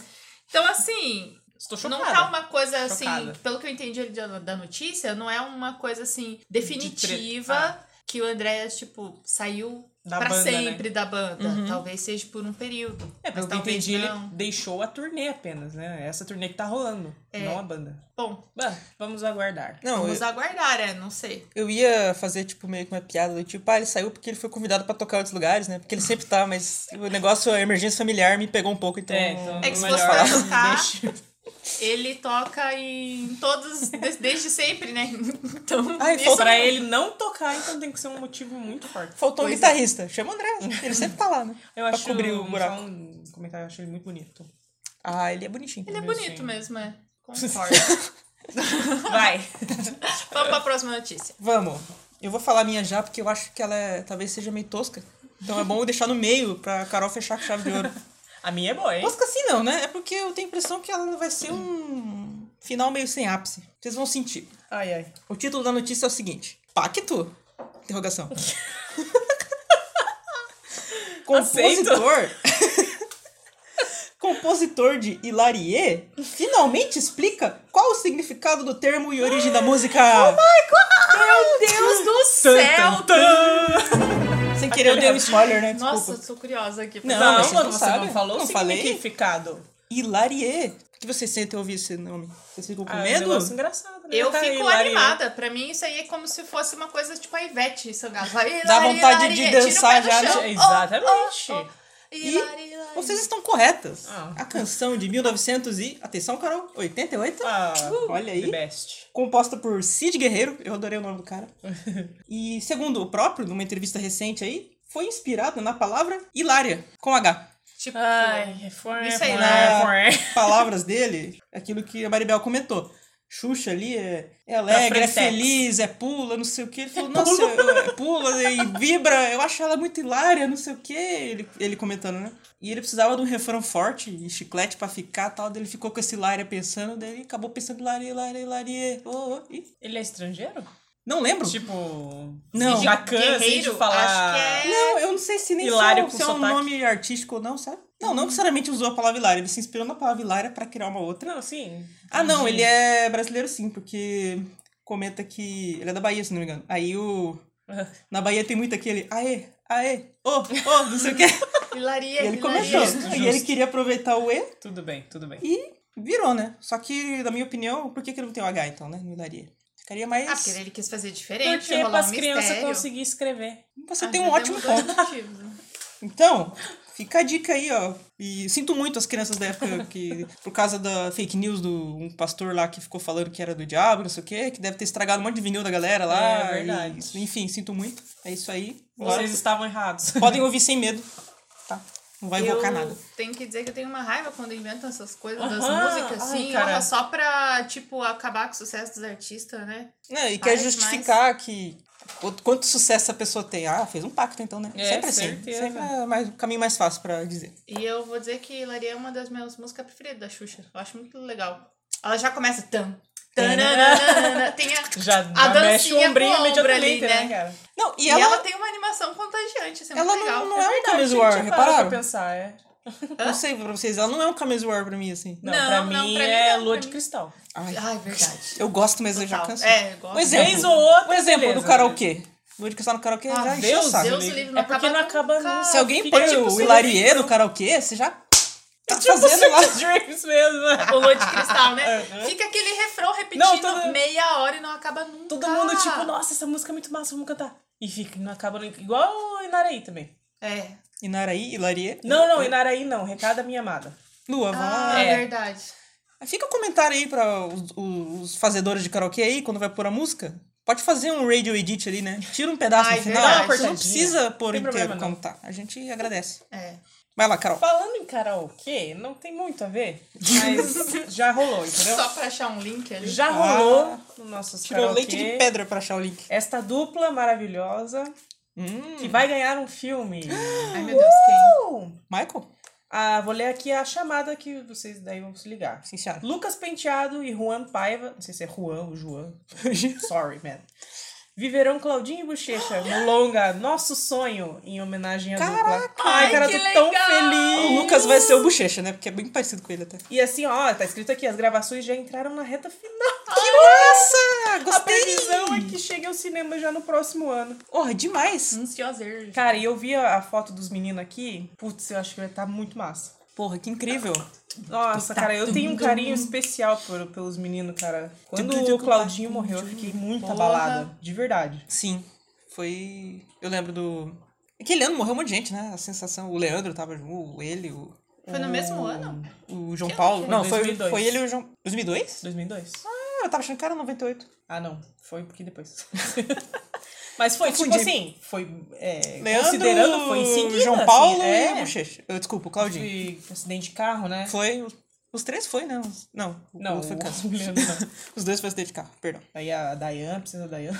B: Então, assim.
C: Estou
B: Não
C: chocada.
B: tá uma coisa assim,
C: Chocada.
B: pelo que eu entendi ali da, da notícia, não é uma coisa assim definitiva
C: Ah.
B: que o Andréas, tipo, saiu
C: Da
B: pra
C: banda, né? Uhum.
B: sempre da banda. Talvez seja por um período.
C: É,
B: mas
C: pelo que eu
B: talvez
C: entendi,
B: não.
C: ele deixou a turnê apenas, né? Essa turnê que tá rolando, não a banda.
B: Bom,
C: Bah, vamos aguardar.
D: Não, eu,
B: vamos aguardar, é, não sei.
D: eu ia fazer, tipo, meio que uma piada do tipo, ah, ele saiu porque ele foi convidado pra tocar em outros lugares, né? Porque ele sempre tá, mas o negócio, a emergência familiar me pegou um pouco, então.
C: É, então
B: É que se
C: melhor
B: fosse pra tocar-
C: deixa.
B: Ele toca em todos, des- desde sempre, né? Então,
D: Ah, e
B: isso-
D: falta-
C: Pra ele não tocar, então tem que ser um motivo muito forte.
D: Faltou um
B: Pois é.
D: guitarrista. Chama o André. Ele sempre tá lá, né?
C: Eu
D: pra
C: acho
D: cobrir o
C: só
D: buraco.
C: um comentário, eu acho ele muito bonito.
D: Ah, ele é bonitinho.
B: ele é
C: Meu
B: bonito
C: sim.
B: mesmo, é. Concordo.
C: Vai.
B: Vamos pra próxima notícia.
D: Vamos. Eu vou falar a minha já, porque eu acho que ela é- talvez seja meio tosca. Então é bom eu deixar no meio pra Carol fechar com chave de ouro.
C: A minha é boa, hein?
D: tosca assim não, né? É porque eu tenho a impressão que ela vai ser um final meio sem ápice. Vocês vão sentir.
C: Ai, ai.
D: O título da notícia é o seguinte: Pacto? Interrogação. Compositor. Compositor de Hilarie finalmente explica qual o significado do termo e origem da
C: Oh
D: música.
B: Meu Deus do céu!
D: Sem querer eu dei um spoiler, né? Desculpa.
B: Nossa, eu tô curiosa aqui.
D: Não,
C: Não,
D: mas
C: mas
D: você
C: você
D: não
C: não,
D: sabe.
C: falou
D: Não
C: o
D: falei.
C: significado.
D: Hilarie. O que vocês sentem ao ouvir esse nome? Vocês ficam com
C: Ah, é um
D: medo?
C: negócio engraçado, né?
B: Eu
C: Tá
B: fico
C: hilaria.
B: animada. Pra mim, isso aí é como se fosse uma coisa tipo a Ivete Sangalo. Vai,
D: Dá
B: hilari,
D: vontade de
B: hilari, tira o pé
D: dançar
B: do
D: já,
B: Tá chão.
D: né?
C: Ah, Exatamente.
B: Oh, oh, oh. Hilari, hilari.
D: Vocês estão corretas.
C: Ah.
D: A canção de 1900 e... Atenção, Carol. 88?
B: oh.
C: Ah,
B: Uh.
D: olha aí.
C: The best.
D: composta por Cid Guerreiro, eu adorei o nome do cara. e segundo o próprio, numa entrevista recente aí, foi inspirado na palavra hilária, com H.
B: Tipo,
C: Ai, foi.
B: Isso aí,
C: foi,
D: né?
C: foi.
D: Palavras dele, aquilo que a Maribel comentou. Xuxa ali é, é alegre, é
C: Pra Frentex.
D: feliz, é pula, não sei o que. Ele falou, nossa, eu- é pula e vibra, eu acho ela muito hilária, não sei o que. Ele, ele comentando, né? E ele precisava de um refrão forte e chiclete pra ficar tal. Daí ele ficou com esse hilária pensando, daí ele acabou pensando hilária, hilária, hilária. Oh, oh, e-
C: Ele é estrangeiro?
D: Não lembro.
C: Tipo.
D: Não.
C: Jacan, assim,
B: Guerreiro,
C: de falar.
B: acho que é-
D: Não, eu não sei se nem
C: Hilário
D: se
C: com
D: é, um- se é um
C: sotaque.
D: nome artístico ou não, sabe? Não, não necessariamente usou a palavra hilária. Ele se inspirou na palavra hilária pra criar uma outra.
C: Não, sim.
D: Ah, não, ele é brasileiro sim, porque comenta que. Ele é da Bahia, se não me engano. Aí o.
C: Ah.
D: Na Bahia tem muito aquele. Aê, aê, ô, ô, não sei o quê.
B: hilaria,
D: E ele
B: hilaria.
D: começou.
C: justo.
D: E ele queria aproveitar o E
C: Tudo bem, tudo bem.
D: e virou, né? Só que, na minha opinião, por que, que não tem o H então, né? No hilaria. Ficaria mais.
B: Ah, porque ele quis fazer diferente,
C: Porque
B: rolar
C: pras
B: um
C: crianças
B: mistério.
C: conseguir escrever.
D: Você
B: Ah,
D: tem
B: já
D: um ótimo
B: demos dois
D: ponto.
B: motivos, né?
D: Então, fica a dica aí, ó. E sinto muito as crianças da época que, por causa da fake news do um pastor lá que ficou falando que era do diabo, não sei o quê, que deve ter estragado um monte de vinil da galera lá.
C: É, verdade.
D: e- enfim, sinto muito. É isso aí. Agora,
C: Vocês estavam errados.
D: Podem ouvir sem medo, tá? Não vai invocar
B: eu
D: nada.
B: tenho que dizer que eu tenho uma raiva quando inventam essas coisas das
C: Aham,
B: músicas,
C: ai,
B: assim,
C: cara.
B: olha, só pra, tipo, acabar com o sucesso dos artistas, né?
D: Não, e quer
B: Faz
D: justificar que quanto, quanto sucesso a pessoa tem. Ah, fez um pacto então, né?
C: É,
D: sempre assim.
C: certeza.
D: Sempre é mais, o caminho mais fácil pra dizer.
B: E eu vou dizer que Laria é uma das minhas músicas preferidas da Xuxa. Eu acho muito legal. Ela já começa. Tan, tananana, tem a,
C: Já,
B: a
C: já mexe o
B: dancinha
C: ombrinho
B: com o ombro ali,
C: imediatamente,
B: né?
C: né, cara?
D: Não, e,
B: E
D: ela,
B: ela... tem uma animação contagiante, isso é muito
D: ela
B: legal.
D: não, não é, um
C: Verdade,
D: Camis
C: gente,
D: War,
C: eu paro
D: repararam?
C: pra pensar, é.
D: Não sei pra vocês, ela não é um Camis War pra mim, assim.
C: Não,
B: Não,
C: pra
B: não,
C: mim
B: pra mim
C: é
B: não,
C: lua
B: pra
C: de
B: mim- Um
C: cristal.
B: Ai, verdade.
D: Eu gosto, mas eu já
B: Total.
D: cansei.
B: É, gosto.
D: Um exemplo.
C: Vez ou outra,
D: Um exemplo
C: beleza,
D: do karaokê. Lua de cristal no karaokê
B: Ah,
D: já encheu o
C: Deus,
D: saco.
B: Deus
C: livre.
B: o livre, não
C: É porque
B: acaba
C: não acaba
B: nunca.
C: nunca.
D: Se alguém
C: Fica
D: põe
C: tipo
D: o
C: sem
D: hilarie
C: definição.
D: no karaokê, você já tá
C: Tipo
D: fazendo lá.
C: Sweet Dreams mesmo.
B: O Lua de Cristal, né? Fica aquele refrão repetindo
C: Não, todo-
B: meia hora e não acaba nunca.
C: Todo mundo, tipo, nossa, essa música é muito massa, vamos cantar. E fica, não acaba nem- igual o Inaraí também.
B: É.
D: Inaraí, Hilarie.
C: Não, não, Inaraí não, Recado da Minha Amada.
D: Lua,
B: Ah,
D: vai.
B: é
C: É.
B: verdade.
D: Fica o comentário aí pra os, os fazedores de karaokê aí, quando vai pôr a música. Pode fazer um radio edit ali, né? Tira um pedaço
B: Ai,
D: no final.
B: verdade.
D: Você não precisa pôr inteiro
C: Tem problema, não.
D: como tá. A gente agradece.
B: É.
D: Vai lá, Carol.
C: Falando em karaokê, não tem muito a ver, mas já rolou, entendeu?
B: Só pra achar um link ali.
C: Já
D: Ah.
C: rolou no nossos
D: Tirou
C: karaokê.
D: leite de pedra pra achar o link.
C: Esta dupla maravilhosa
D: Hum,
C: que vai ganhar um filme.
B: Ai, meu Deus, quem?
C: Bom,
D: Michael?
C: ah, vou ler aqui a chamada que vocês daí vão se ligar.
D: Sim, senhora.
C: Lucas Penteado e Juan Paiva, não sei se é Juan ou Juan, sorry, man. Viverão Claudinho e Bochecha no longa Nosso Sonho, em homenagem à dupla.
D: Caraca!
C: Ai, cara,
B: que
C: tô tão
B: legal!
D: O
C: feliz!
D: Lucas vai ser o Bochecha, né? Porque é bem parecido com ele até.
C: E assim, ó, tá escrito aqui, as gravações já entraram na reta final.
D: Que massa!
C: A
D: Gostei!
C: previsão é que chegue ao cinema já no próximo ano.
D: Oh, demais!
B: Ansiosa.
C: Cara, e eu vi a a foto dos meninos aqui, putz, eu acho que vai estar muito massa.
D: Porra, que incrível!
C: Nossa,
D: Tá
C: cara, eu tenho um carinho especial por, pelos meninos, cara. Quando o Claudinho morreu, eu fiquei muito
B: Porra.
C: abalada. De verdade.
D: Sim, foi. Eu lembro do. Aquele ano morreu um monte de gente, né? A sensação. O Leandro tava junto, o- ele, o,
B: Foi no mesmo
D: hum.
B: ano?
D: o João Paulo.
B: ano?
D: Não, foi,
C: 2002.
D: foi ele e o João. 2002?
C: 2002?
D: Ah, eu tava achando que era 98.
C: Ah, não. Foi porque depois. Mas foi, tipo
D: Confundi.
C: assim, foi. é,
D: Leandro,
C: considerando, foi em seguida,
D: João
C: assim,
D: Paulo
C: é,
D: e o Bochecha. Eu, desculpa, o Claudinho.
C: Foi acidente de carro, né?
D: Foi. os- Os três foi, né? Os- Não, o
C: Não,
D: outro foi
C: o
D: caso.
C: Leandro não.
D: Os dois foi acidente de carro, perdão.
C: Aí a Dayan, precisa da Dayan.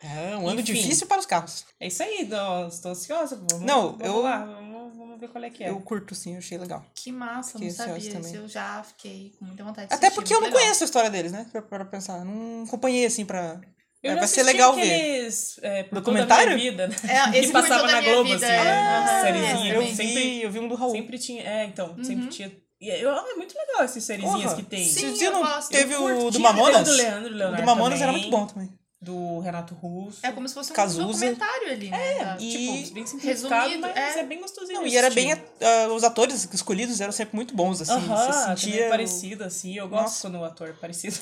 D: É, um ano
C: Enfim.
D: difícil para os carros.
C: É isso aí, não, estou ansiosa. Vamos,
D: Não,
C: vamos
D: eu-
C: lá, vamos, vamos ver qual é que é.
D: Eu curto sim, eu achei legal.
B: Que massa, eu
D: Fiquei
B: não
D: ansiosa
B: sabia.
D: também.
B: Esse eu já fiquei com muita vontade de
D: Até
B: assistir,
D: porque
C: é
D: eu não
B: muito legal.
D: conheço a história deles, né? Pra, pra pensar. Não acompanhei assim pra.
C: Eu
D: É,
C: já
D: vai ser
C: assisti
D: legal ver.
C: aqueles, É, por toda a
D: Documentário?
C: minha vida, né?
B: É,
C: que
B: esse por
C: passava
B: toda a
C: na
B: minha
C: Globo,
B: vida,
C: assim,
B: é.
C: né?
B: Ah,
C: Uma
B: é,
C: sériezinha.
D: eu,
B: também.
D: vi, eu vi um do Raul.
C: Sempre tinha. É, então,
B: Uhum.
C: sempre tinha. E eu, ah, é muito legal esses serizinhas
D: Porra,
C: que tem.
B: Sim,
D: Vocês viram?
B: eu gosto.
D: Teve
C: Eu
D: o
C: curti,
D: do
C: teve
D: Mamonas?
C: o do Leandro,
D: O
C: Leonardo
D: do Mamonas era
C: também,
D: muito bom também.
C: Do Renato Russo.
B: É como se fosse um
D: Cazuza.
B: documentário ali, né? Da-
D: e-
C: Tipo, bem simplificado,
B: resumido,
C: mas
B: é.
C: é, bem gostosinho.
D: Não,
C: de
D: e era
C: assistir.
D: bem. ah, os atores escolhidos eram sempre muito bons, assim.
C: Aham,
D: você
C: também
D: sentia. o-
C: parecido, assim. Eu gosto
D: Nossa.
C: quando o ator é parecido.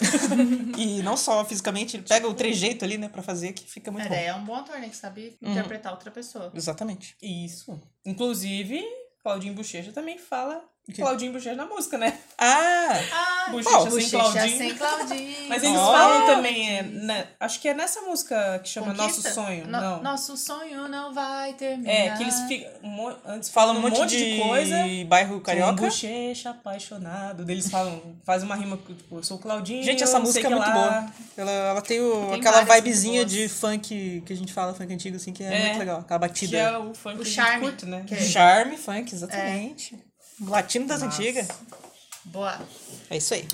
D: E não só fisicamente, ele pega o trejeito ali, né, pra fazer, que fica muito
B: Cara,
D: bom.
B: é um bom ator, né? Que sabe
C: Uhum.
B: interpretar outra pessoa.
D: Exatamente.
C: Isso. Inclusive, Claudinho Bochecha também fala
D: quê?
C: Claudinho Bochecha na música, né?
D: Ah!
B: Ah,
C: Bochecha
B: então,
C: sem
B: Bochecha
C: Claudinho.
B: sem Claudinho.
C: Mas eles
D: Olha.
C: falam também, é, na- acho que é nessa música que chama
B: Conquista?
C: Nosso Sonho.
B: No-
C: não.
B: Nosso sonho não vai terminar.
C: É,
D: Ah.
C: que eles ficam. um mo- Antes
D: Fala
C: falam um monte, de, coisa.
D: bairro
C: Carioca.
D: carioca.
C: Bochecha apaixonado. Daí Eles falam, fazem uma rima, tipo, eu sou o Claudinho.
D: Gente, essa
C: não sei
D: música é
C: que
D: muito
C: lá.
D: boa. Ela, ela tem, o-
B: Tem
D: aquela
B: várias
D: vibezinha
B: muito
D: de
B: boas.
D: funk que a gente fala, funk antigo, assim, que é,
C: É.
D: muito legal. Aquela
C: Que
D: batida.
C: é o funk
B: O
C: que
B: charme.
C: a gente curte, né?
B: Que- é
D: Charme, funk, exatamente. Latino das
C: Nossa.
D: antigas.
B: Boa.
D: É isso aí.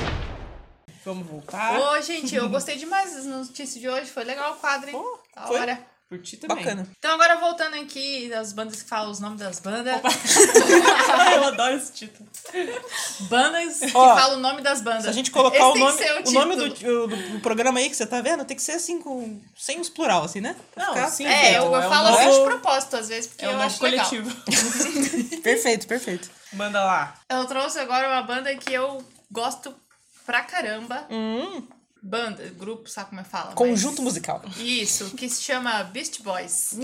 B: é.
C: Vamos voltar.
B: Ô, gente, eu gostei demais das notícias de hoje. Foi legal o quadro, hein? da
D: foi.
B: hora.
C: Curti também.
D: Bacana.
B: Então, agora voltando aqui das bandas que falam os nomes das bandas.
C: Ah, eu adoro esse título.
B: Bandas que
D: Ó,
B: falam o nome das bandas.
D: Se a gente
B: Esse
D: colocar
B: tem
D: o
B: que
D: nome,
B: ser
D: o nome do,
B: título.
D: do, do programa aí que você tá vendo, tem que ser assim, com, sem os plural, assim, né? Pra
C: Não,
D: ficar-
C: sim.
B: É, eu,
C: então,
B: eu
C: é um
B: falo assim de
C: novo-
B: propósito, às vezes, porque
C: É o
B: eu
C: nosso
B: acho legal.
C: coletivo.
D: Perfeito, perfeito.
C: Manda lá.
B: Eu trouxe agora uma banda que eu gosto pra caramba.
D: Hum,
B: Banda, grupo, sabe como é que fala?
D: conjunto musical.
B: Mas- Isso, que se chama Beast Boys.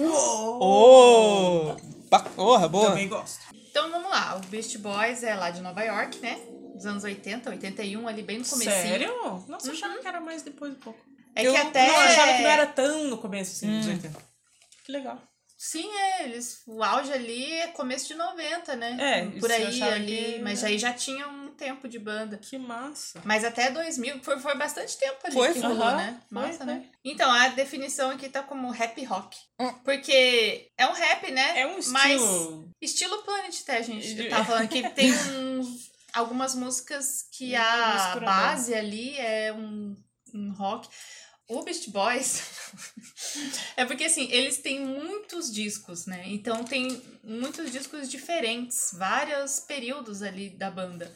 D: Ô! ba- Porra, boa.
C: Também gosto.
B: Então vamos lá, o Beast Boys é lá de Nova York, né? Dos anos 80, 81, ali bem no comecinho. Uhum.
C: Sério? Nossa, eu achava que era mais depois um pouco.
B: É
D: Eu
B: que até. é. Hum.
C: Não, eu achava que não era tão no começo, assim, dos 80. Que legal.
B: Sim, é, eles, o auge ali é começo de 90, né?
C: É,
B: por
C: isso eu
B: aí
C: achava
B: ali.
C: que-
B: Mas aí já tinha um tempo de banda.
C: Que massa.
B: Mas até 2000, foi, foi bastante tempo ali
D: Foi,
B: que
D: foi.
B: rolou,
C: Aham,
B: né?
C: foi,
B: Massa,
C: foi.
B: né? Então, a definição aqui tá como rap rock. Porque é um rap, né?
C: Hum. É um estilo.
B: Mas estilo Planet, até, gente. Eu tava falando que tem uns, algumas músicas que
C: Uma
B: a
C: mistura, né?
B: base ali é um, um rock. O Beast Boys é porque assim, eles têm muitos discos, né? Então tem muitos discos diferentes, vários períodos ali da banda.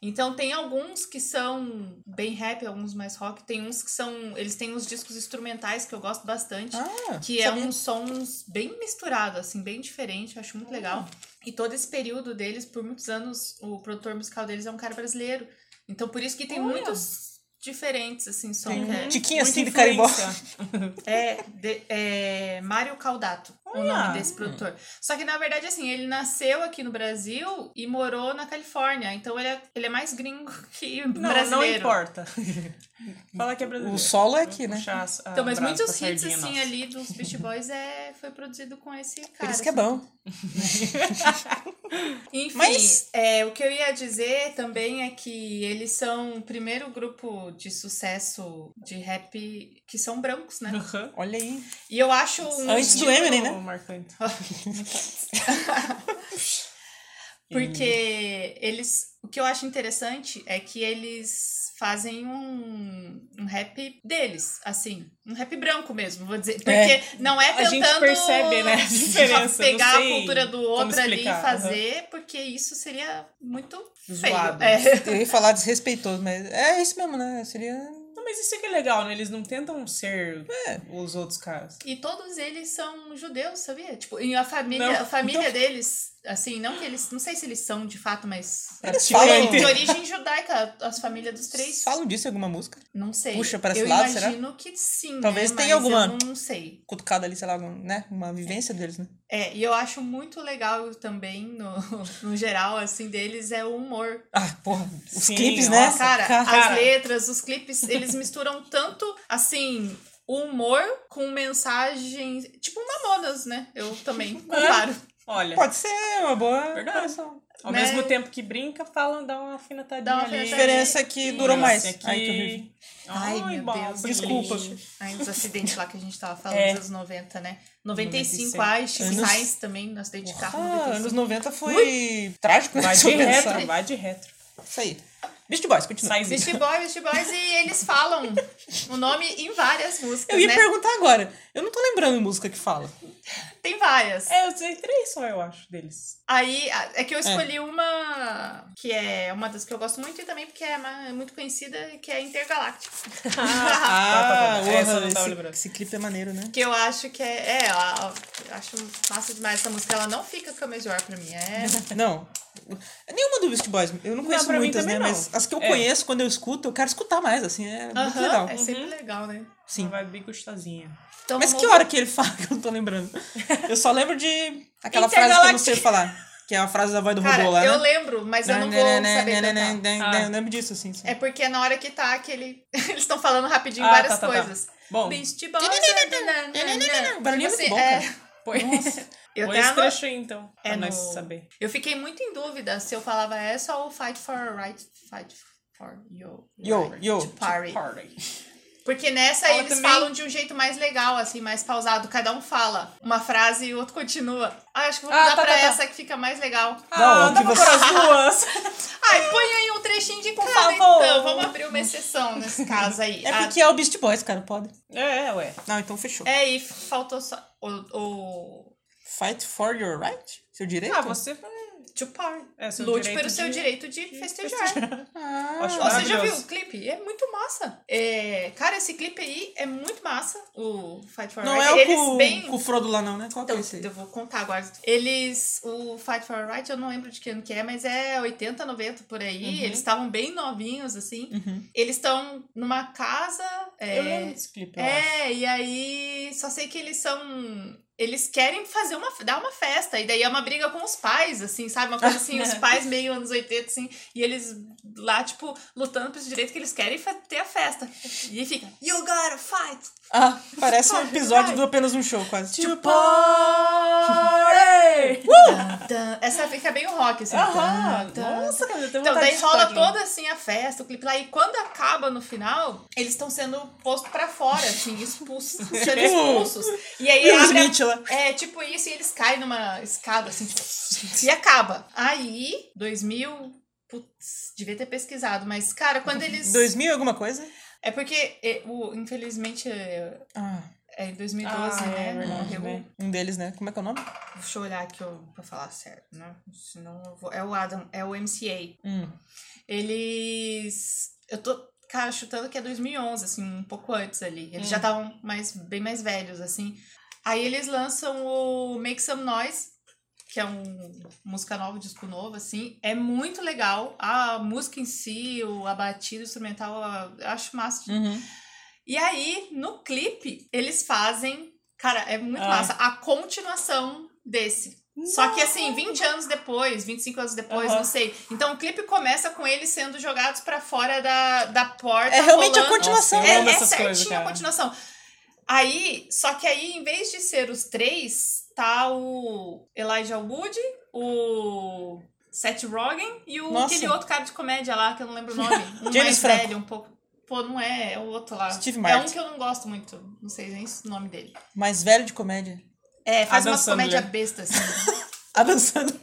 B: Então tem alguns que são bem rap, alguns mais rock. Tem uns que são. Eles têm uns discos instrumentais que eu gosto bastante.
D: Ah,
B: Que é
D: sabia.
B: uns sons bem misturado, assim, bem diferente, eu acho
D: Ah.
B: muito legal. E todo esse período deles, por muitos anos, o produtor musical deles é um cara brasileiro. Então por isso que tem
C: Olha.
B: muitos diferentes, assim, som.
D: Tem
B: que é-
D: Tiquinha
C: Muita
D: assim de carimbó.
C: influência.
B: é, de- é Mário Caldato, o
C: Olha!
B: nome desse produtor. Só que, na verdade, assim, ele nasceu aqui no Brasil e morou na Califórnia. Então, ele é, ele é mais gringo que
C: Não,
B: brasileiro.
C: não importa. Fala que é brasileiro.
D: O solo é aqui, né?
C: Puxar as- a
B: Então, mas
C: brasa
B: muitos
C: pra
B: hits,
C: sardinha
B: assim,
C: nossa.
B: ali dos Beach Boys é, foi produzido com esse cara.
D: Por isso que é
B: assim.
D: bom.
B: Enfim,
D: Mas-
B: é, o que eu ia dizer também é que eles são o primeiro grupo de sucesso de rap que são brancos, né?
C: Aham.
D: Olha aí.
B: E eu acho um
D: Antes do Eminem, né?
C: O marcante.
B: Porque
C: Uhum.
B: eles. O que eu acho interessante é que eles fazem um, um rap deles, assim. Um rap branco mesmo, vou dizer. Porque
D: É.
B: não é
C: A gente
B: tentando.
C: percebe, né, a diferença,
B: só pegar
C: não
B: a
C: sei
B: cultura do
C: como
B: outro ali e
C: explicar,
B: fazer, porque isso seria muito feio.
C: Zoado.
B: É.
D: Eu ia falar desrespeitoso, mas é isso mesmo, né? Seria.
C: Não, mas isso é que é legal, né? Eles não tentam ser
B: É.
C: os outros caras.
B: E todos eles são judeus, sabia? Tipo, e a família,
C: Não,
B: a família
C: então-
B: deles, assim, não que eles. Não sei se eles são de fato, mas.
D: Eles
C: Praticamente.
B: De origem judaica, as famílias dos três.
D: Eles falam disso em alguma música?
B: Não sei.
D: Puxa pra esse
B: eu
D: lado, será?
B: imagino que sim.
D: Talvez
B: né?
D: tenha
B: Mas
D: alguma-
B: Eu não sei.
D: Cutucada ali, sei lá, um- né? Uma vivência deles, né?
B: É, e eu acho muito legal também, no, no geral, assim, deles é o humor.
D: Ah, porra. Os
C: Sim,
D: clipes,
C: nossa,
D: né?
B: Cara,
D: Cara,
B: as letras, os clipes, eles misturam tanto, assim, o humor com mensagem. Tipo Mamonas, né? Eu
D: É.
B: também, claro.
C: Olha, é
D: Pode ser uma boa.
C: Verdade.
D: comparação.
C: ao
B: né?
C: mesmo tempo que brinca, falam, dá uma afinetadinha
B: Dá uma
C: ali.
D: A
B: afinetadinha.
D: diferença é que durou
C: Esse
D: mais.
C: aqui-
D: Ai, que horrível.
B: Ai, meu
C: bosta.
B: Deus,
D: Desculpa.
B: Aí os acidentes lá que a gente tava falando
C: É.
B: dos anos 90, né? 95,
C: 95.
B: ai, Chico
D: Anos-
B: Sainz também, no acidente de carro.
D: Ah,
B: 95.
D: anos 90 foi trágico, né?
C: Vai
D: se eu
C: de
D: pensar.
C: retro, vai de retro.
D: Isso aí. Beast Boys, continua.
C: Sai
B: Beastie Boys, Beastie Boys, e eles falam o nome em várias músicas,
D: Eu ia
B: né?
D: perguntar agora. Eu não tô lembrando música que fala.
B: Tem várias.
C: É, eu sei três só, eu acho, deles.
B: Aí, a- é que eu escolhi uma que é uma das que eu gosto muito e também porque é uma- muito conhecida, que é Intergaláctico.
C: Ah, tá, tá, tá. Essa eu não tava
D: esse,
C: lembrando.
D: esse clipe é maneiro, né?
B: que eu acho que é... É, a- eu acho massa demais essa música. Ela não fica com a melhor pra mim. É...
D: Não. Nenhuma do Beast Boys. Eu não conheço
C: pra mim
D: muitas, né?
C: também não.
D: Mas as que eu
C: É.
D: conheço, quando eu escuto, eu quero escutar mais, assim. É muito
B: Aham,
D: legal.
B: É sempre legal, né?
D: Sim.
C: Vai bem gostosinha.
B: Então,
D: Mas que
B: vamos-
D: hora que ele fala que eu não tô lembrando? Eu só lembro de aquela frase que eu não sei falar. Que é a frase da voz do
B: Então, Cara,
D: robô lá,
B: eu
D: né?
B: lembro, mas eu não vou saber cantar.
C: Ah.
D: Eu lembro disso, assim.
B: É porque na hora que tá aquele... Eles estão falando rapidinho
C: Ah,
B: várias
C: tá, tá, tá.
B: coisas.
C: Bom,
B: Beastie Boys.
D: O barulhinho é muito bom, cara.
B: Foi. Tipo assim, Eu,
C: põe
B: até
C: esse
B: ano...
C: trecho aí, então,
B: É
C: pra nós
B: no-
C: saber.
B: eu fiquei muito em dúvida se eu falava essa ou Fight for a Right. Fight for Yo.
D: Yo,
B: right
D: yo,
B: to Party.
C: Party.
B: Porque nessa
C: Fala
B: eles
C: também-
B: falam de um jeito mais legal, assim, mais pausado. Cada um fala uma frase e o outro continua. Ah, acho que vou
C: Ah,
B: mudar
C: tá,
B: pra
C: tá, tá.
B: essa que fica mais legal.
C: Ah,
D: o
C: dá
D: que
C: pra
D: você-
C: pôr as duas.
B: Ai, põe aí um trechinho de cada,
C: favor.
B: então. Vamos abrir uma exceção nesse caso aí.
D: É
B: Ah,
D: porque é o Beast Boys, cara, pode.
C: É, é, ué.
D: Não, então fechou.
B: é, e faltou só o... o...
D: Fight for your right? Seu direito?
C: Ah, você...
B: To party.
C: É, seu
B: Lute
C: direito
B: pelo tipo, seu
C: de-
B: direito de festejar.
D: Ah,
C: Acho
B: Ó, Você já viu
C: maravilhoso.
B: o clipe? É muito massa. É, cara, esse clipe aí é muito massa. O Fight for
D: não
B: Right.
D: é o
B: Eles
D: com,
B: bem...
D: com o Frodo lá, não, né? Qual que é
B: Então,
D: esse aí?
B: eu vou contar agora. Eles, o Fight for Our Right, eu não lembro de que ano que é, mas é 80, 90 por aí.
D: Uhum.
B: Eles estavam bem novinhos, assim. Eles estão numa casa. é,
C: Eu lembro desse clipe, eu acho.
B: é, e aí só sei que eles são. Eles querem fazer uma, dar uma festa, e daí é uma briga com os pais, assim, sabe? Uma coisa assim, os pais meio anos 80, assim, e eles lá, tipo, lutando pelos direitos que eles querem fa- ter a festa. E fica, you gotta fight!
D: Ah, parece um
B: Vai,
D: episódio
B: vai. Tipo,
D: do Apenas um Show, quase.
C: Party!
B: Tan, tan. Essa fica bem o rock, assim.
C: Uh! Aham.
B: tan, tan,
C: Nossa, cara, eu tenho
B: Então,
C: vontade
B: daí
C: de
B: rola
C: escutar de novo.
B: toda assim a festa, o clipe lá. E quando acaba no final, eles estão sendo postos pra fora, assim, expulsos,
C: Uh!
B: sendo expulsos. E aí
D: Will
B: abre a-
D: Smith lá.
B: É, tipo isso, e eles caem numa escada, assim, tipo, e acaba. Aí, 2000. Putz, devia ter pesquisado, mas, cara, quando eles.
D: 2000 e alguma coisa?
B: É porque, é, o, infelizmente, é,
D: Ah,
B: É em 2012,
C: Ah,
B: né?
C: é verdade,
B: morreu.
C: né?
D: Um deles, né? Como é que é o nome?
B: Deixa eu olhar aqui ó, pra falar certo, né? Senão eu vou... É o Adam, é o MCA.
D: Hum.
B: Eles. Eu tô, cara, chutando que é 2011, assim, um pouco antes ali. Eles já
C: Hum.
B: estavam mais, bem mais velhos, assim. Aí eles lançam o Make Some Noise, que é um música nova, disco novo, assim. É muito legal. A música em si, o, a batida instrumental, a- eu acho massa de
D: Uhum.
B: e aí, no clipe, eles fazem. Cara, é muito
C: Ah.
B: massa. A continuação desse. Só que assim, 20 anos depois, 25 anos depois,
C: Aham.
B: não sei. Então o clipe começa com eles sendo jogados pra fora da, da porta.
D: É realmente a
B: rolando-
D: continuação.
C: tá Nossa, eu
B: É,
C: amo
B: é
C: essas
B: certinho
C: coisas,
B: a
C: cara.
B: continuação. Aí, só que aí, em vez de ser os três, tá o Elijah Wood, o Seth Rogen e o,
D: Nossa.
B: aquele outro cara de comédia lá, que eu não lembro o nome. Um
D: James
B: mais
D: Franco.
B: velho, um pouco. Pô, não é, é o outro lá.
D: Steve
B: é
D: Martin.
B: um que eu não gosto muito, não sei nem o nome dele.
D: Mais velho de comédia.
B: É, faz
C: Adam
B: umas
C: Sandler.
B: comédia besta, assim.
D: A dançando.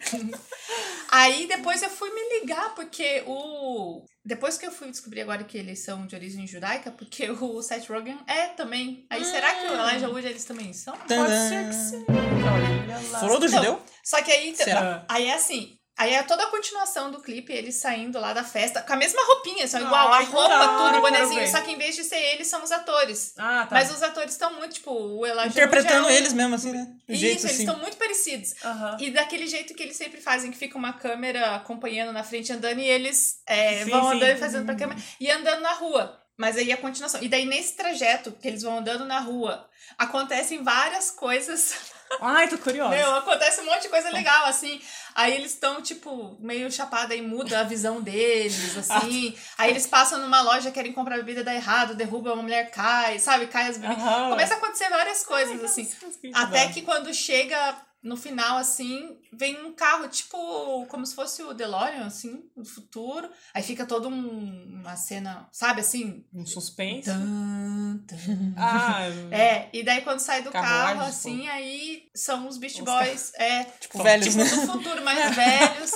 B: Aí depois eu fui me ligar, porque o. Depois que eu fui descobrir agora que eles são de origem judaica, porque o Seth Rogen é também. Aí será que o
D: Hum.
B: Elijah Wood eles também são?
C: Pode ser que sim. Olha lá.
D: Falou do
B: Então,
D: judeu?
B: Só que aí.
D: Será?
B: Aí é assim. Aí é toda a continuação do clipe, eles saindo lá da festa, com a mesma roupinha, são igual,
D: Ah,
C: Ai,
B: a
C: que
B: roupa,
D: tá,
C: da hora,
B: tudo, o
C: quero
B: bonezinho,
C: ver.
B: só que em vez de ser eles, são os atores.
C: Ah, tá.
B: Mas os atores estão muito, tipo, o Elijah Wood é
D: Interpretando
B: o-
D: eles mesmo, assim, né? Do
B: Isso,
D: jeito
B: eles
D: assim.
B: estão muito parecidos.
C: Aham.
B: E daquele jeito que eles sempre fazem, que fica uma câmera acompanhando na frente andando e eles é,
C: Sim,
B: vão
C: sim.
B: andando e fazendo pra câmera e andando na rua. Mas aí é a continuação. E daí nesse trajeto que eles vão andando na rua, acontecem várias coisas.
C: Ai, tô curiosa.
B: Meu, acontece um monte de coisa legal, assim. Aí eles estão, tipo, meio chapada e muda a visão deles, assim. Aí eles passam numa loja, querem comprar bebida, dá errado, derruba, uma mulher cai, sabe? Cai as bebidas.
C: Aham.
B: Começa a acontecer várias coisas, assim. Até
C: Adoro.
B: que quando chega no final, assim, vem um carro, tipo, como se fosse o DeLorean, assim, no futuro. Aí fica toda um- uma cena, sabe, assim...
C: Um suspense.
B: tan, tan.
C: Ah,
B: É, e daí quando sai do
C: Carruagem,
B: carro, assim, aí são os Beach
C: Os
B: Boys, é,
D: Tipo, velhos,
B: tipo,
D: né?
B: do futuro, mais velhos.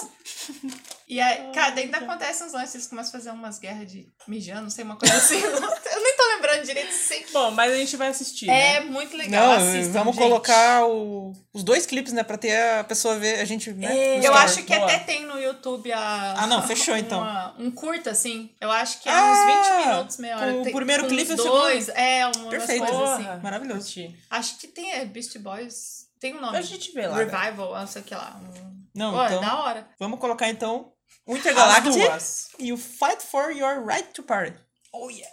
B: E aí, cara, daí ainda acontecem uns lances, eles começam a fazer umas guerras de mijar, não sei, uma coisa assim. Eu nem tô lembrando direito, sei.
C: bom, mas a gente vai assistir.
B: É
C: né?
B: muito legal,
D: Não,
B: assistam,
D: vamos
B: gente.
D: colocar o- os dois clipes, né? Pra ter a pessoa ver a gente, né?
C: É,
D: no
B: Eu
D: story.
B: acho que
C: boa.
B: até tem no YouTube a.
D: Ah, não, fechou, então.
B: uma- um curta, assim. Eu acho que é
D: Ah,
B: uns 20 minutos, meia hora.
D: com o
B: Tem-
D: primeiro
B: com
D: clipe e
B: os
D: o segundo.
B: dois. É, uma das
D: Perfeito.
B: coisas, assim.
C: Porra.
D: Maravilhoso.
C: Assistir.
B: Acho que tem é, Beast Boys. Tem um nome.
C: A gente vê lá. né?
B: Revival, não sei o que lá. Um...
D: Não,
B: Pô, é
D: então,
B: da hora.
D: vamos colocar então o
C: As
D: Intergalactic
C: duas.
D: e o Fight for Your Right to Party.
C: Oh, yeah.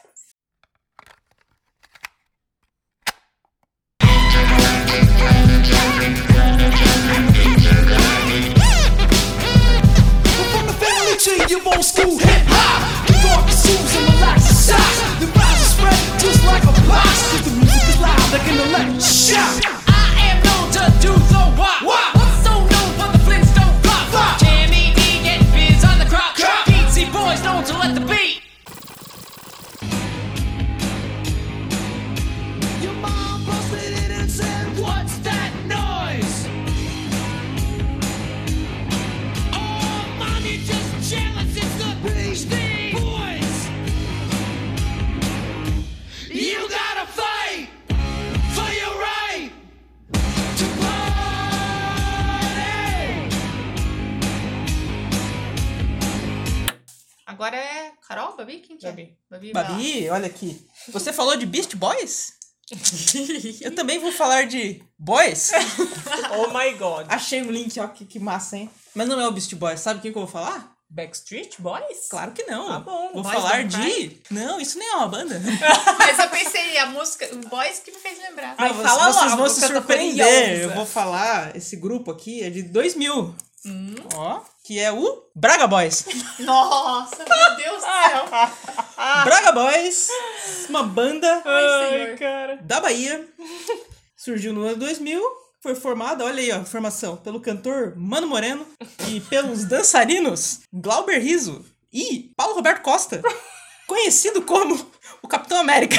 A: From the family to your old school hip hop. Rock shoes and relax your socks. The vibes are spread just like a box. 'Cause the music is live like an electric shock. I am known to do the what? What? What's so known for the Flintstone pop? Jimmy D and Biz on the crop. Beatsy boys known to let the beat. Your mom busted in and said, What's that noise? Oh, mom, you're just jealous. It's the Beach Boys. You gotta fight for your right to party.
B: Agora é Carol, Babi? Quem que é?
C: Babi.
B: Babi, vai lá.
D: Babi, olha aqui. Você falou de Beast Boys? Eu também vou falar de Boys.
C: Oh my god.
D: Achei um link, ó, que, que massa, hein? Mas não é o Beast Boys, sabe quem que eu vou falar?
C: Backstreet Boys?
D: Claro que não.
C: Tá bom,
D: Vou
C: Boys
D: falar
C: Don't
D: de. Não, isso nem é uma banda.
B: Mas eu pensei, a música. O Boys que me fez lembrar.
C: Ai,
D: Não,
C: fala
D: vocês
C: logo,
D: vão se
C: que eu tô
D: surpreender.
C: curiosa.
D: Eu vou falar, esse grupo aqui é de 2000.
C: Hum.
D: Ó, que é o Braga Boys.
B: Nossa, meu Deus do
D: Ah.
B: céu.
D: Braga Boys, uma banda
B: Ai,
C: Ai,
B: senhor.
C: cara.
D: da Bahia. Surgiu no ano 2000, foi formada, olha aí, ó, formação, pelo cantor Mano Moreno e pelos dançarinos Glauber Riso e Paulo Roberto Costa, conhecido como o Capitão América.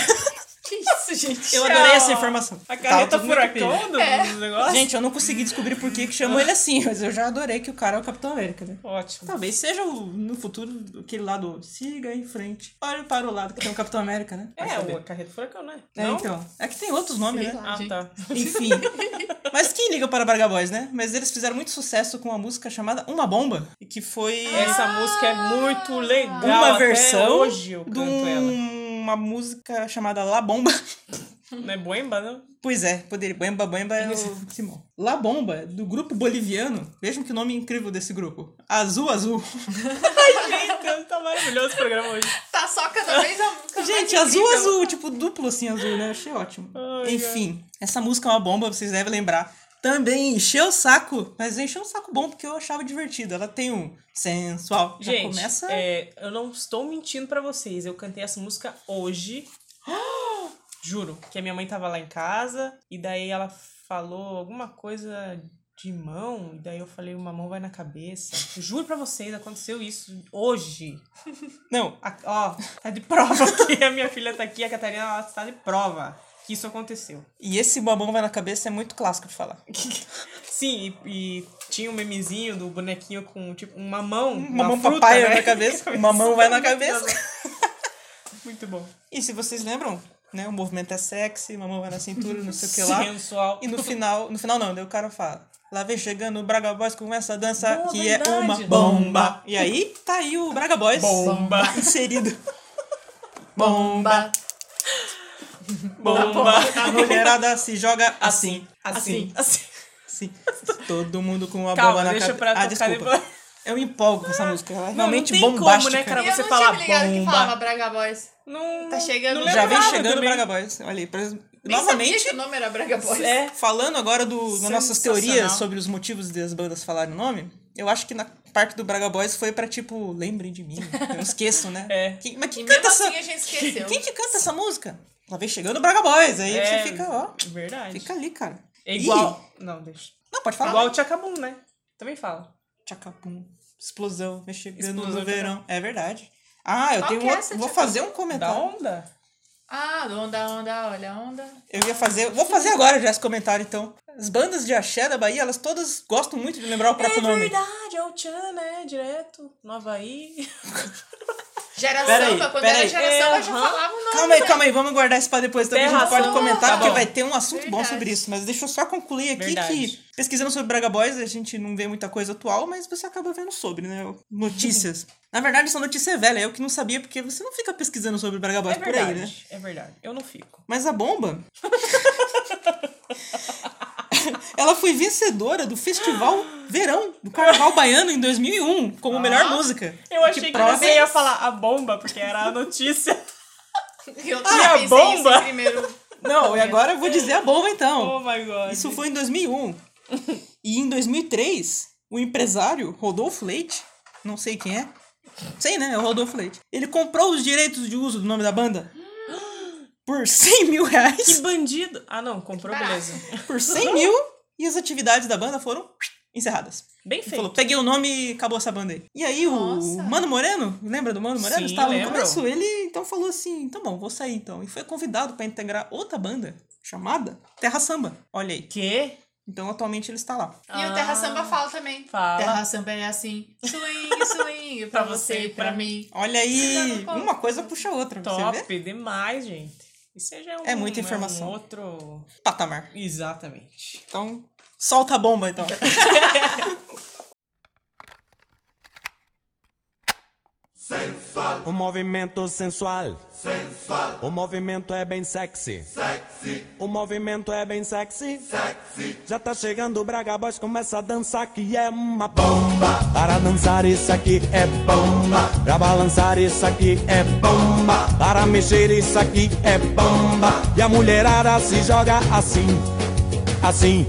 B: Que isso, gente.
D: Eu adorei essa informação.
C: A
D: Tava
C: carreta
D: tudo no Wikipedia.
C: furacão do,
B: É.
C: do negócio?
D: Gente, eu não consegui descobrir por que que chamam ele assim, mas eu já adorei que o cara é o Capitão América, né?
C: Ótimo.
D: Talvez seja o- no futuro aquele lado, siga em frente. Olha para o lado que tem o Capitão América, né? Vai
C: É,
D: saber.
C: o carreta furacão, né?
D: É,
C: Não?
D: então. É que tem outros nomes, né?
B: lá.
C: Ah,
B: Gente.
C: tá.
D: Enfim. Mas quem liga para Braga Boys, né? Mas eles fizeram muito sucesso com uma música chamada Uma Bomba, e que foi
C: Essa música é muito legal.
D: uma
C: até
D: versão
C: Hoje eu
D: de
C: canto ela.
D: um- uma música chamada La Bomba.
C: Não é boemba, não?
D: Pois é, poderia. Boemba Boemba é o Simão. La Bomba, do grupo boliviano. Vejam que nome incrível desse grupo. Azul Azul.
C: Meu Deus, tá maravilhoso esse programa hoje.
B: Tá só cada vez a música.
D: Gente, azul azul, tipo duplo assim azul, né? Achei ótimo.
C: é Ai,
D: Enfim, essa música é uma bomba, vocês devem lembrar. Também encheu o saco, mas encheu um saco bom porque eu achava divertido. Ela tem um sensual. Já
C: Gente,
D: começa.
C: é, eu não estou mentindo pra vocês. Eu cantei essa música hoje. Juro, que a minha mãe tava lá em casa e daí ela falou alguma coisa de mão e daí eu falei uma mão vai na cabeça. Juro pra vocês, aconteceu isso hoje.
D: Não,
C: A- ó, tá de prova aqui. A minha filha tá aqui, a Catarina ela tá de prova que isso aconteceu.
D: e esse babão vai na cabeça é muito clássico de falar.
C: Sim, e, e tinha um memezinho do bonequinho com tipo uma mão,
D: Uma mão
C: fruta,
D: papaya
C: né?
D: na cabeça, uma mão vai na cabeça.
C: Muito bom.
D: E se vocês lembram, né? O movimento é sexy, uma mão vai na cintura, não sei o que lá.
C: Sensual.
D: E no final, no final não, daí o cara fala. Lá vem chegando o Braga Boys com essa dança
C: Boa,
D: que é
C: verdade.
D: uma bomba. E aí, tá aí o Braga Boys.
C: Bomba.
D: Inserido. Bomba,
C: Bomba.
D: A mulherada se joga assim.
C: Assim. Assim.
D: Assim. Todo mundo com uma
C: Calma,
D: bomba na
C: deixa
D: cabeça.
C: pra
D: ah,
C: tocar
D: desculpa.
C: depois.
D: Eu me empolgo com essa música. Ela é
C: não
D: realmente
C: tem como, né,
D: bombástica.
B: E
C: cara?
B: eu
C: você
B: não
C: falar
B: tinha me ligado que
C: bomba.
B: falava Braga Boys.
C: Não,
B: Tá chegando.
C: não
D: Já vem
C: lembrava
D: chegando o
C: também.
D: Braga Boys. Olha aí. pra-
B: Nem
D: Novamente,
B: sabia que o nome era Braga Boys.
D: É, falando agora do, das nossas
C: Sensacional.
D: teorias sobre os motivos das bandas falarem o nome, eu acho que na parte do Braga Boys foi pra tipo, lembrem de mim, não esqueçam, né?
C: É.
D: Quem, mas
B: E
D: quem
B: mesmo
D: canta
B: assim
D: essa.
B: a gente esqueceu.
D: Quem que canta essa música? Lá vem chegando o Braga Boys, aí
C: É,
D: você fica, ó,
C: Verdade.
D: fica ali, cara.
C: É igual. Não, deixa.
D: Ih, não, pode falar.
C: Igual o Tchacabum, né? Também fala.
D: Tchacapum, explosão, vem chegando
C: Explosão,
D: no verão. É verdade. Ah, eu
B: Qual
D: tenho
B: que
D: um
B: é
D: outro-
B: essa,
D: Vou
B: Tchacapum?
D: fazer um
C: Da
D: comentário.
C: onda?
B: Ah, onda, onda, olha, a onda.
D: Eu ia fazer. Vou fazer agora já esse comentário, então. As bandas de axé da Bahia, elas todas gostam muito de lembrar o próprio nome.
C: verdade, é o Tchan, né? Direto, no Havaí.
B: Geração,
D: Peraí,
B: pra quando
D: peraí.
B: era geração,
C: É,
B: eu já
C: aham.
B: falava o nome.
D: Calma aí, calma aí, vamos guardar isso pra depois também. a gente
C: Terração.
D: pode comentar,
C: Tá
D: porque
C: bom.
D: vai ter um assunto bom
B: Verdade.
D: sobre isso. Mas deixa eu só concluir aqui
C: Verdade.
D: que, pesquisando sobre Braga Boys, a gente não vê muita coisa atual, mas você acaba vendo sobre, né? Notícias. Na verdade, essa notícia é velha, eu que não sabia, porque você não fica pesquisando sobre Braga
C: É
D: Boys por aí,
C: verdade,
D: né?
C: é verdade. Eu não fico.
D: Mas a bomba. Ela foi vencedora do Festival Verão do Carnaval Baiano em 2001 como melhor música.
C: Ah, Eu achei que, assim,
D: prova
C: você
D: é
C: ia
D: essa?
C: falar a bomba, porque era a notícia.
D: Ah,
B: Eu
C: a
B: também pensei
C: bomba?
B: isso em primeiro.
D: Não, e agora eu vou dizer a bomba então.
C: oh my god.
D: Isso foi em 2001. e em 2003, o empresário Rodolfo Leite, não sei quem é, sei né, é o Rodolfo Leite, ele comprou os direitos de uso do nome da banda por 100 mil
C: Que
D: reais.
C: bandido! Ah, não, comprou,
B: Caraca.
C: beleza.
D: Por 100 mil e as atividades da banda foram encerradas.
C: Bem
D: Ele
C: feito.
D: falou, peguei o nome e acabou essa banda aí. E aí
B: Nossa.
D: o Mano Moreno, lembra do Mano Moreno?
C: Sim,
D: Estava no
C: lembro.
D: começo, ele então falou assim, então bom, vou sair então. E foi convidado para integrar outra banda chamada Terra Samba. Olha aí.
C: Quê?
D: Então atualmente ele está lá.
B: E o Terra Samba fala também.
C: Fala.
B: Terra Samba é assim, swing, swing, pra você e
D: né?
B: pra mim.
D: Olha
B: Você
D: aí,
B: tá no
D: uma coisa puxa a outra, você vê?
C: Top demais, gente. Isso já é um
D: É muita informação.
C: um outro.
D: Patamar.
C: Exatamente.
D: Então, solta a bomba então.
F: O Um movimento sensual. O movimento é bem sexy. O movimento é bem sexy. Já tá chegando o Braga Boys, começa a dançar que é uma bomba. Para dançar isso aqui é bomba. Pra balançar isso aqui é bomba. Para mexer isso aqui é bomba. E a mulherada se joga assim, assim,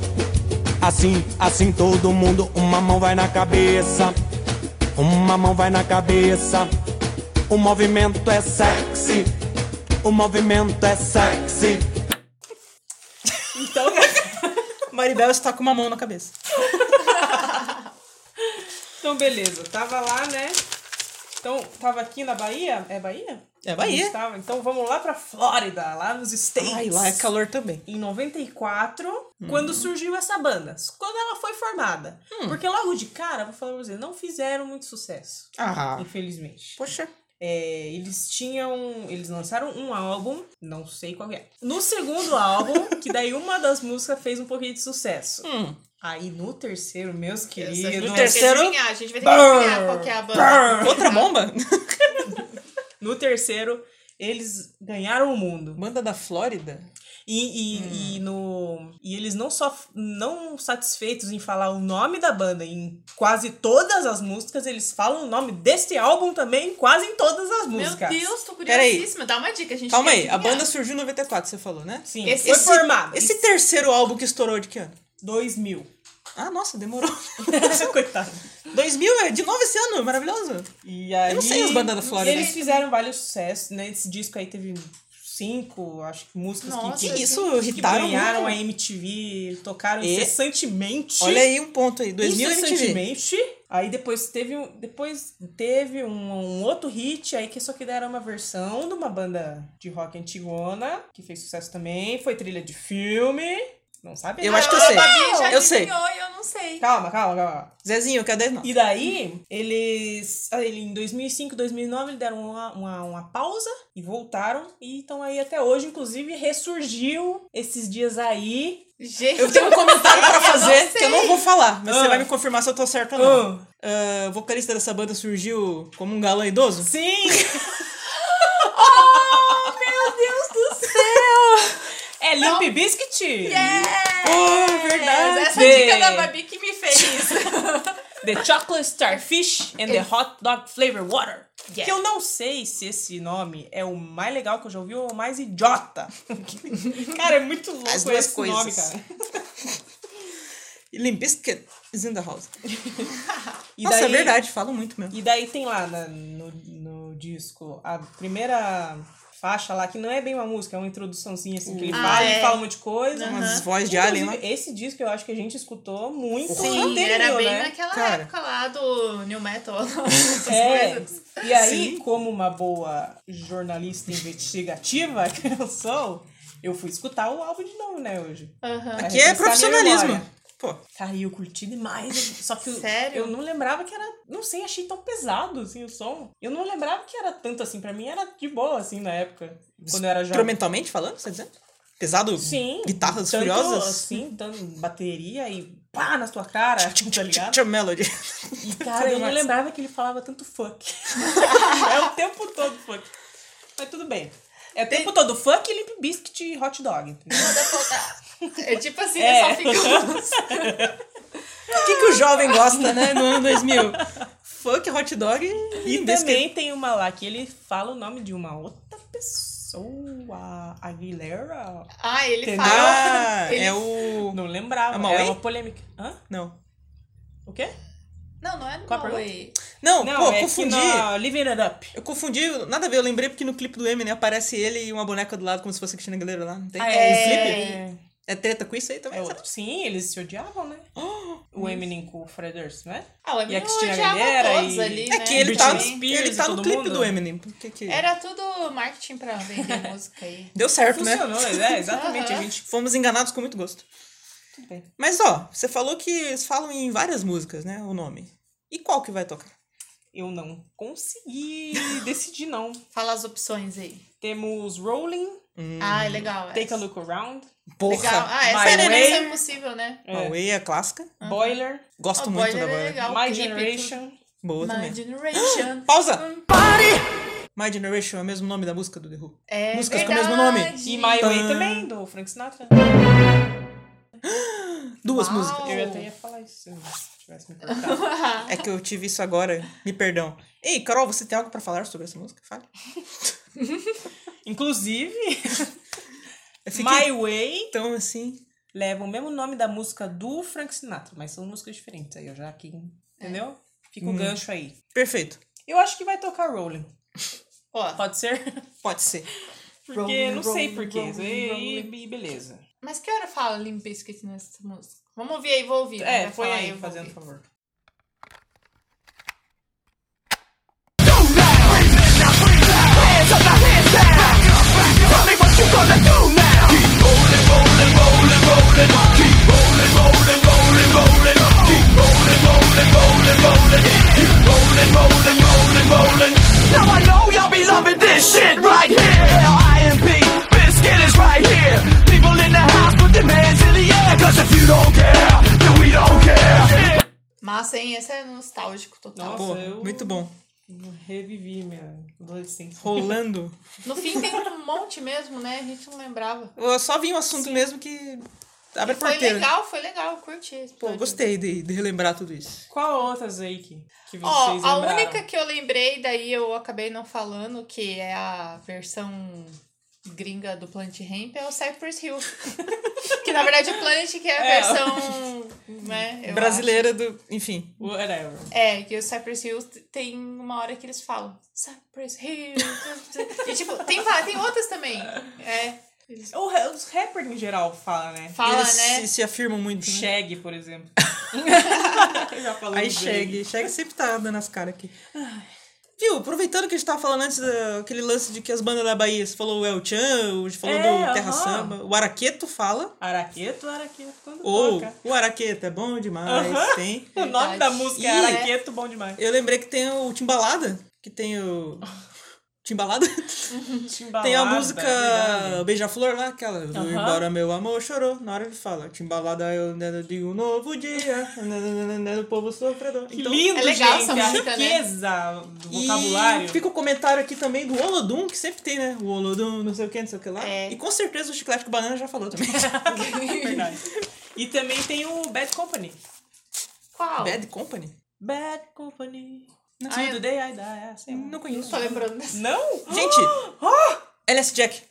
F: assim, assim todo mundo. Uma mão vai na cabeça, uma mão vai na cabeça. O movimento é sexy. O movimento é sexy.
C: Então,
D: Maribel está com uma mão na cabeça.
C: então beleza. Tava lá, né? Então, tava aqui na Bahia. É Bahia?
D: É Bahia.
C: A gente Tava. Então vamos lá pra Flórida, lá nos States.
D: Ai, lá é calor Hum. também.
C: Em 94, quando surgiu essa banda. Quando ela foi formada.
D: Hum.
C: Porque logo de cara, vou falar pra você, não fizeram muito sucesso.
D: Ah,
C: Infelizmente.
D: poxa.
C: É, eles tinham. Eles lançaram um álbum, não sei qual é. No segundo álbum, que daí uma das músicas fez um pouquinho de sucesso.
D: Hum.
C: Aí no terceiro, meus queridos.
B: Essa- a gente vai ter
D: No
B: que
D: terceiro-
B: adivinhar, A gente vai ter que adivinhar qual que é a banda.
D: Outra bomba?
C: No terceiro, eles ganharam o mundo.
D: Banda da Flórida?
C: E, e, e no, e eles não só não satisfeitos em falar o nome da banda em quase todas as músicas, eles falam o nome deste álbum também em quase em todas as
B: Meu
C: músicas.
B: Deus, tô
D: Peraí.
B: curiosíssima. Dá uma dica, a gente
D: Calma
B: quer
D: aí, a
B: adivinhar.
D: banda surgiu em 94, você falou, né?
C: Sim,
B: Esse-
C: foi
B: esse-
C: formado em
D: Esse terceiro álbum que estourou de que ano?
C: 2000.
D: Ah, nossa, demorou.
C: Coitado.
D: 2000 é de novo esse ano, maravilhoso.
C: E aí,
D: não sei as bandas da Flórida.
C: Eles fizeram vários sucessos, né? Esse disco aí teve cinco, acho que músicas
B: Nossa,
C: que,
D: Que
C: que,
D: isso,
C: que
D: irritaram
C: ganharam a
D: muito.
C: MTV, tocaram
D: E-
C: incessantemente.
D: Olha aí um ponto aí, 2000 MTV.
C: Incessantemente. Aí depois teve um, depois teve um, um outro hit aí que só que era uma versão de uma banda de rock antigona, que fez sucesso também, foi trilha de filme. Não sabe?
D: Eu
C: né?
D: acho Ah, que eu sei.
B: Babi já
D: Eu sei.
B: adivinhou e eu não sei.
C: Calma, calma, calma.
D: Zezinho, cadê nós?
C: E daí, eles. ah, Ele, em 2005, 2009, eles deram uma, uma, uma pausa e voltaram. E estão aí até hoje. Inclusive, ressurgiu esses dias aí.
B: Gente,
D: Eu tenho um comentário pra
B: Eu não
D: fazer
B: sei.
D: que eu não vou falar, mas
C: Ah.
D: você vai me confirmar se eu tô certo ou não.
C: Ah,
D: Ah, o vocalista dessa banda surgiu como um galã idoso?
C: sim!
B: Deus do céu.
C: É Limp Biscuit!
D: Oh,
B: É,
D: verdade!
B: Essa dica da Babi que me fez.
C: The Chocolate Starfish and the Hot Dog Flavor Water.
B: Yeah.
C: Que eu não sei se esse nome é o mais legal que eu já ouvi ou o mais idiota. cara, é muito louco
D: As duas
C: esse nome,
D: coisas.
C: cara.
D: Limp Bizkit is in the house.
C: E
D: Nossa, é
C: daí-
D: verdade, falam muito mesmo.
C: E daí tem lá na- no, no disco a primeira faixa lá, que não é bem uma música, é uma introduçãozinha assim que ele
B: Ah,
C: fala, ele
B: é.
C: fala um monte de coisa.
D: Umas vozes de
C: Inclusive,
D: alien né? lá.
C: Esse disco eu acho que a gente escutou muito
B: Sim,
C: anterior,
B: era bem
C: né?
B: naquela
D: Cara.
B: época lá do New Metal. essas
C: É.
B: coisas.
C: E aí, como uma boa jornalista investigativa que eu sou, eu fui escutar o álbum de novo, né, hoje.
B: Aham.
C: Pra
D: Que é
C: refrescar minha
D: profissionalismo.
C: memória.
D: Pô,
C: Cara, e eu curti demais. Só que eu-
B: Sério?
C: eu não lembrava que era. Não sei, achei tão pesado assim o som. Eu não lembrava que era tanto assim. Pra mim era de boa, assim, na época. Quando eu era jovem.
D: instrumentalmente falando, você tá dizendo? Pesado?
C: Sim.
D: Guitarras
C: tanto,
D: furiosas?
C: Assim, tanto bateria e pá na sua cara, tá ligado?
D: Tchau, Melody.
C: E, cara, eu não
D: mais.
C: lembrava que ele falava tanto fuck. é o tempo todo fuck. Mas tudo bem. É o tempo todo fuck, limp biscuit e hot dog. entendeu?
B: É tipo assim,
C: É.
B: eu só fico.
D: O que, que o jovem gosta, né, no ano 2000? Funk, hot dog e,
C: E
D: biscuit.
C: também tem uma lá que ele fala o nome de uma outra pessoa. Aguilera.
B: Ah, ele
C: Entendeu?
B: fala.
D: Ah,
B: Ele-
D: é o...
C: Não lembrava.
D: É
C: É
D: uma
C: uma,
D: Whey?
C: polêmica. Hã?
D: Não.
C: O quê?
B: Não, não é
C: Qual a
B: no Way.
D: Não,
C: Não,
D: pô,
C: é
D: confundi.
C: que na Living It Up. É
D: Eu confundi, nada a ver, eu lembrei porque no clipe do Eminem né, aparece ele e uma boneca do lado como se fosse a Cristina Aguilera lá, não tem?
B: é.
D: clipe? É treta com isso aí também?
C: Ah, É
D: sabe?
C: outro. Sim, eles se odiavam, né? O Eminem com o Fred Durst, né?
B: Ah, o
C: E a
B: Eminem
C: Christina
B: odiava
C: Aguilera
B: todos
C: e-
B: ali,
D: É
B: né?
D: que ele tá,
B: Também.
C: Britney Spears
D: ele tá
C: e
D: no
C: todo
D: clipe
C: mundo.
D: do Eminem. Por que que...
B: Era tudo marketing pra vender música aí.
D: Deu certo, né?
C: Funcionou, é, exatamente. A
B: Aham.
C: gente...
D: Fomos enganados com muito gosto.
C: Tudo bem.
D: Mas ó, você falou que eles falam em várias músicas, né? O nome. E qual que vai tocar?
C: Eu não consegui decidir, não.
B: Fala as opções aí.
C: Temos Rolling,
D: Hum.
B: Ah, é legal.
C: Take a
B: essa.
C: Look Around,
B: Legal. Ah, essa
C: My
B: era
C: Way.
B: essa é impossível, né?
D: A Way é a clássica.
C: Boiler,
D: Gosto
B: Ah,
D: muito
B: Boiler
D: da
B: é
D: Boiler.
B: legal.
C: My
B: Clipe,
C: Generation.
D: Boa
B: tudo. My
D: também.
B: Generation.
D: Pausa! My Generation é o mesmo nome da música do The Who.
B: É
D: Músicas com o
B: verdade.
D: mesmo nome.
C: E My Way
D: Tã.
C: também, do Frank Sinatra.
D: Duas
B: Uau.
D: músicas.
C: Eu até ia falar isso se eu tivesse me cortado.
D: É que eu tive isso agora. Me perdão. Ei, Carol, você tem algo pra falar sobre essa música? Fale.
C: Inclusive,
D: Eu fiquei
C: My Way
D: tão assim.
C: leva o mesmo nome da música do Frank Sinatra, mas são músicas diferentes. Aí eu já aqui, entendeu?
B: É.
C: Fica
B: Hum.
C: o gancho aí.
D: Perfeito.
C: Eu acho que vai tocar Rolling.
B: Ó,
C: Pode ser?
D: Pode ser.
C: Porque
B: Rolling,
C: não sei
B: rolling,
C: porquê.
B: rolling,
C: E,
B: rolling.
C: e beleza.
B: mas que hora fala Limp Bizkit nessa música? Vamos ouvir aí, vou ouvir.
C: É,
B: vai
C: foi
B: falar, eu
C: aí,
B: vou
C: fazendo
B: ouvir.
C: favor.
A: Don't let Now I know y'all be loving this shit right here. IMP, biscuit is right here. People in the house put their hands in the air. Cause if you don't care, then we don't care.
B: Massa, hein? Esse é nostálgico total.
C: Nossa.
D: Pô,
C: eu-
D: muito bom.
C: Revivi minha adolescência.
D: Rolando.
B: No fim tem um monte mesmo, né? A gente não lembrava.
D: Eu só vi um assunto mesmo que abre a
B: Foi
D: porteira.
B: legal, foi legal, curti. esse
D: Pô,
B: episódio.
D: gostei de, de relembrar tudo isso.
C: Qual outras aí que, que vocês
B: Ó, a
C: lembraram?
B: única que eu lembrei, daí eu acabei não falando, que é a versão gringa do Planet Ramp, é o Cypress Hill. que na verdade o Planet que é a
C: É,
B: versão. né, eu
D: Brasileira do. Enfim.
C: Whatever.
B: acho. É, que o Cypress Hill t- tem uma hora que eles falam Cypress Hill. e tipo, tem, va- tem outras também. É,
C: O ra- os rappers em geral falam, né?
B: fala,
D: eles
B: né?
D: se, se afirmam muito. né?
C: Shag, por exemplo. eu já falei
D: Aí
C: dele.
D: chega, chega sempre tá dando as caras aqui. Viu, aproveitando que a gente tava falando antes daquele lance de que as bandas da Bahia, você falou o El Chan, você falou
C: É,
D: do Terra
C: aham.
D: Samba, o Araqueto fala,
C: Araqueto, araqueto, quando
D: ou
C: toca.
D: o Araqueto é bom demais,
C: Aham.
D: tem.
C: O nome
B: Verdade.
C: da música é
B: Ih,
C: Araqueto, bom demais.
D: Eu lembrei que tem o Timbalada, que tem o... Timbalada?
C: Timbalada,
D: tem a música
C: verdade.
D: Beija-Flor lá, aquela. do
C: Aham.
D: Embora meu amor chorou. Na hora ele fala, Timbalada é o dedo de um novo dia. O povo sofredor. Então,
C: Que então, lindo,
B: É legal
C: gente.
B: essa música,
C: a
B: né?
C: riqueza do
D: E
C: vocabulário.
D: fica o comentário aqui também do Olodum, que sempre tem, né? O Olodum, não sei o que, não sei o que lá.
B: É.
D: E com certeza o Chiclete com Banana já falou também.
C: É Verdade. E também tem o Bad Company.
B: Qual?
D: Bad Company?
C: Bad Company. Não
B: Ah,
C: sei.
B: eu-
C: do Day I Die. Ah, sei lá.
D: Não
B: Não
D: conheço. Hum,
B: tô lembrando dessa.
C: Não?
D: Gente!
C: Ah!
D: LS Jack.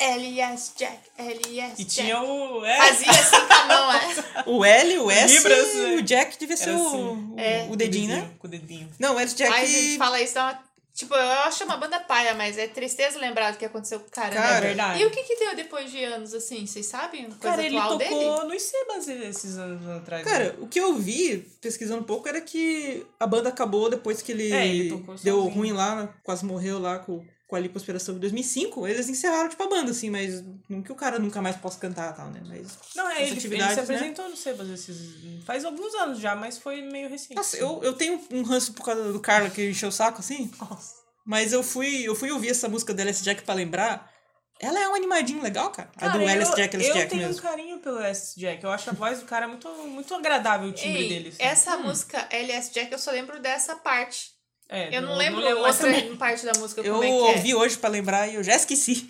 B: L.S. Jack, L.S. Jack.
C: E tinha o... É,
B: Fazia assim com a mão, é.
D: O L, o S
C: Libras,
D: e
C: né?
D: o Jack devia ser
C: Era
D: o,
C: assim.
D: o-
B: É.
D: o dedinho, né?
C: Com o dedinho.
D: Não, o LS Jack...
B: Ai, gente, fala isso, dá uma... Tipo, eu acho uma banda paia, mas é tristeza lembrar do que aconteceu com o cara,
D: Cara,
B: né?
C: É verdade.
B: E o que que deu depois de anos, assim? Vocês sabem? Coisa
C: Cara, ele
B: atual
C: tocou
B: dele?
C: nos Sebas esses anos atrás. né?
D: Cara, o que eu vi, pesquisando um pouco, era que a banda acabou depois que ele,
C: É, ele tocou
D: deu
C: sozinho.
D: ruim lá, né? quase morreu lá com, com a lipoaspiração em 2005. Eles encerraram, tipo, a banda, assim, mas não que o cara nunca mais possa cantar e tal, né? Mas
C: Não, é,
D: as
C: ele, ele
D: atividades,
C: se
D: né?
C: apresentou no Sebas esses. Faz alguns anos já, mas foi meio recente.
D: Nossa, eu, eu tenho um ranço por causa do Carla que encheu o saco, assim.
C: Nossa.
D: Mas eu fui, eu fui ouvir essa música do LS Jack pra lembrar. Ela é um animadinho legal, cara. a do
C: Cara,
D: LS
C: eu,
D: Jack, LS
C: eu
D: Jack
C: tenho
D: mesmo.
C: um carinho pelo LS Jack. Eu acho a voz do cara muito, muito agradável o timbre
B: Ei,
C: dele. assim.
B: essa música L.S. Jack, eu só lembro dessa parte.
C: É,
B: Eu não
C: do-
B: lembro
C: do-
B: a
C: mas
B: outra
C: também-
B: parte da música,
D: Eu
B: como é que
D: ouvi
B: é.
D: hoje pra lembrar e eu já esqueci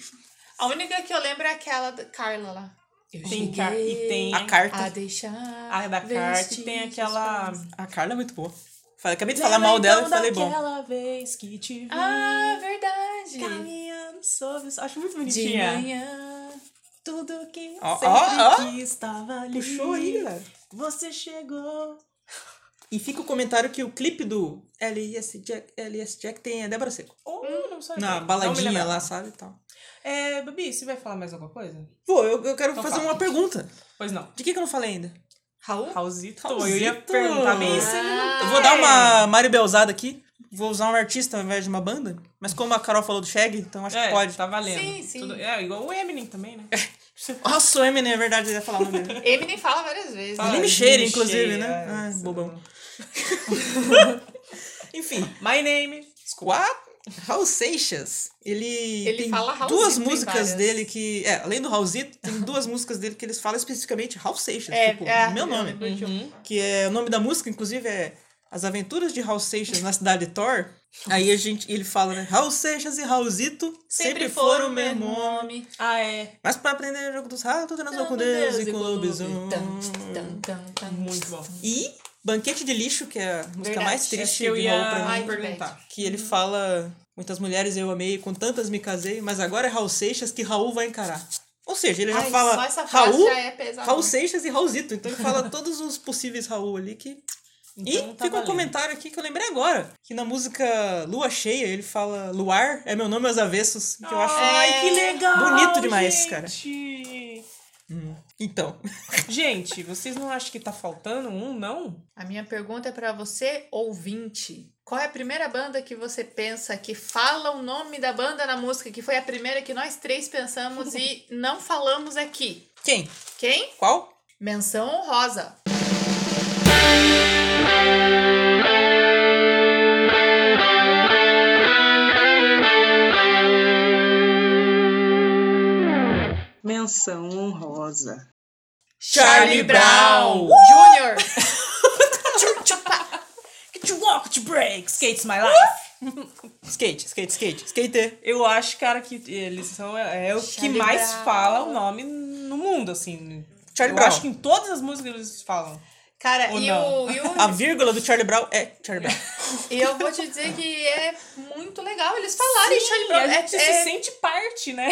B: A única que eu lembro é aquela da Carla lá. Ah, Eu
C: Tem
B: cheguei
C: ca- e tem
D: a
C: a,
B: A
D: carta. Ah, é
B: deixar...
C: da Carte,
B: vestígios
C: tem aquela.
B: pra-
D: A Carla é muito boa. Falei, acabei de falar mal dela e
C: então
D: falei bom.
C: Aquela vez que te vi
B: Ah, verdade.
C: caminhando sobre. Acho muito
B: De
C: bonitinha.
B: manhã...
C: Tudo que
D: Ó,
C: sempre
D: ó, ó.
C: que estava ali.
D: Puxou aí, galera.
C: Você chegou.
D: E fica o comentário que o clipe do LS Jack, LS Jack tem a Débora Seco.
C: Oh, não sei.
D: Na
C: Não me
D: baladinha
C: lembro.
D: lá, sabe? e Tal.
C: É, Babi, você vai falar mais alguma coisa?
D: Pô, eu, eu quero
C: Então
D: fazer
C: fala.
D: uma pergunta.
C: Pois não.
D: De que, que eu não falei ainda?
B: Raul?
C: Raulzito,
D: Raulzito.
C: eu ia perguntar bem isso.
B: Ah,
D: Eu vou
C: é.
D: dar uma Mário Belzada aqui. Vou usar um artista ao invés de uma banda. Mas como a Carol falou do Shag, então acho
C: É,
D: que pode.
C: tá valendo.
B: Sim, sim.
C: Tudo- é, igual o Eminem também, né?
D: Nossa, o Eminem, é verdade, ele ia falar o nome dele.
B: Eminem fala várias vezes.
D: Fala.
B: Né?
D: Ele me cheira, inclusive, né?
C: é,
D: Ah,
C: isso.
D: bobão. Enfim,
C: My name.
D: Squat. Raul Seixas, ele,
B: Ele
D: tem
B: fala Raulzito
D: duas
B: em
D: músicas
B: várias.
D: dele que... É, além do Raulzito, tem duas músicas dele que eles falam especificamente Raul Seixas,
B: É,
D: tipo,
B: é,
D: meu
B: eu
D: nome.
B: lembro de um.
D: que é o nome da música, inclusive, é As Aventuras de Raul Seixas na Cidade de Thor. Aí a gente, ele fala, né? Raul Seixas e Raulzito sempre, foram o mesmo homem.
C: Ah, é.
D: Mas pra aprender o jogo dos ratos, tudo nasceu com Deus e com o lobisomem.
C: Muito bom.
D: E Banquete de Lixo, que é a música
B: Verdade,
D: mais
B: acho
D: triste
C: que eu
D: de
C: ia-
D: Raul pra mim.
B: Ai, que
C: perguntar.
D: Que ele fala, muitas mulheres eu amei, com tantas me casei, mas agora é Raul Seixas que Raul vai encarar. Ou seja, ele já
B: Ai,
D: fala
B: só essa frase
D: Raul,
B: já é pesada.
D: Raul Seixas e Raulzito. Então ele fala todos os possíveis Raul ali que e
C: Então tá
D: fica um
C: valendo.
D: comentário aqui que eu lembrei agora. Que na música Lua Cheia, ele fala Luar é meu
B: É. Ah,
D: nome aos avessos. Que eu acho
C: Ai, que legal.
D: bonito demais, cara.
C: gente.
D: Então,
C: Gente, vocês não acham que tá faltando um, não?
B: A minha pergunta é pra você, ouvinte. Qual é a primeira banda que você pensa que fala o nome da banda na música, que foi a primeira que nós três pensamos e não falamos aqui?
D: quem?
B: Quem?
D: Qual?
B: Menção honrosa.
C: Menção honrosa.
D: Charlie Brown.
B: Júnior.
C: Get your walk to break, skates my life.
D: Skate, skate, skate, skater.
C: Eu acho, cara, que eles são é, é o que
B: Charlie
C: mais
B: Brown.
C: fala o nome no mundo, assim.
D: Charlie
C: eu
D: Brown.
C: acho que em todas as músicas eles falam.
B: Cara,
C: Ou
B: e
C: não.
B: o, e o
D: A vírgula do Charlie Brown é Charlie Brown.
B: E eu vou te dizer que é muito legal eles falarem
C: Sim,
B: Charlie Brown.
C: a
B: É,
C: gente
B: é-
C: se sente parte, né?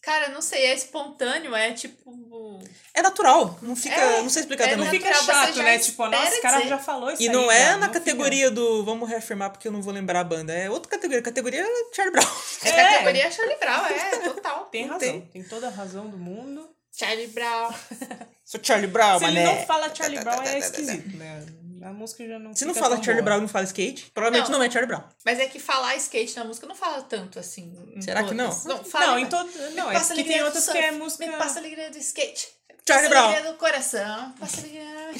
B: Cara, não sei, é espontâneo, é tipo.
D: É natural, não fica,
B: É,
D: não sei explicar
B: é
D: também.
C: Não
B: natural,
C: fica
B: você
C: chato,
B: já
C: né? Tipo,
B: espera
C: nossa, o cara
B: dizer.
C: já falou isso
D: E
C: aí,
D: não é
C: cara,
D: na
C: fica-
D: categoria do vamos reafirmar porque eu não vou lembrar a banda. É outra categoria. Categoria Charlie Brown.
B: É,
C: É.
B: categoria Charlie Brown, é, total.
C: Tem
D: Não
C: razão,
D: tem.
C: tem. toda a razão do mundo.
B: Charlie Brown.
D: Sou Charlie Brown,
C: Se ele
D: mané.
B: né?
C: não
B: Tá,
C: fala Charlie Brown, é esquisito, né? A música já não
D: Se não
C: fica
D: fala
C: tão
D: Charlie
C: boa.
D: Brown, não fala skate. Provavelmente
B: Não.
D: não, é Charlie Brown.
B: Mas é que falar skate na música não fala tanto assim. em
D: Será que
B: todas.
D: não?
B: Não, fala.
C: não,
B: em
C: em
B: todas.
C: todo... não
B: Me
C: é
B: passa
C: que tem
B: alegria do
C: outras que
B: surf,
C: é música...
B: Me passa alegria do skate. Me passa
D: Charlie Brown.
B: alegria do coração. me Passa alegria.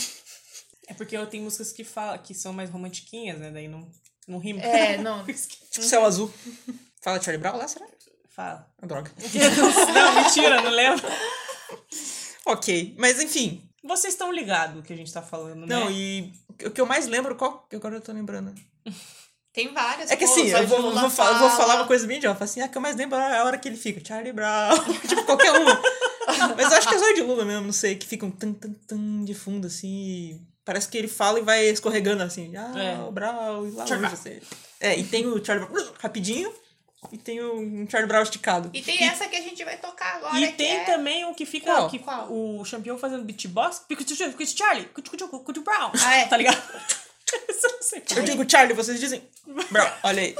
C: É porque eu tenho músicas que, fala... que são mais romantiquinhas, né? Daí não, não rima.
B: É, não.
D: Tipo
C: Uhum.
D: Céu Azul. Fala Charlie Brown lá, será?
C: Fala.
D: Ah, Droga.
C: não, mentira, não lembro.
D: ok, mas enfim.
C: Vocês estão ligados o que a gente tá falando, né?
D: Não, e o que eu mais lembro, qual que agora eu tô lembrando?
B: Tem várias.
D: É que
B: pô,
D: assim,
B: só
D: eu vou,
B: Lula
D: vou fa- eu vou falar
B: fala.
D: uma coisa bem idiota. Assim, a que eu mais lembro é a hora que ele fica, Charlie Brown, tipo qualquer um. Mas eu acho que é só de Lula mesmo, não sei, que fica um tan tan tan de fundo assim. e Parece que ele fala e vai escorregando assim, ah,
C: É.
D: o Brown, e lá
C: Charlie
D: longe, assim. É, e tem o Charlie Brown rapidinho e tem um Charlie Brown esticado.
B: E tem essa que a gente vai tocar agora.
C: E
B: que
C: tem
B: é...
C: também o que fica
D: Qual?
C: que
B: Qual?
C: o campeão fazendo beatbox, Picutu Charlie, Cutu Cutu Cutu Brown.
B: Ah, é.
C: Tá ligado? Isso eu não sei.
D: Eu digo Charlie, vocês dizem Brown, olha aí.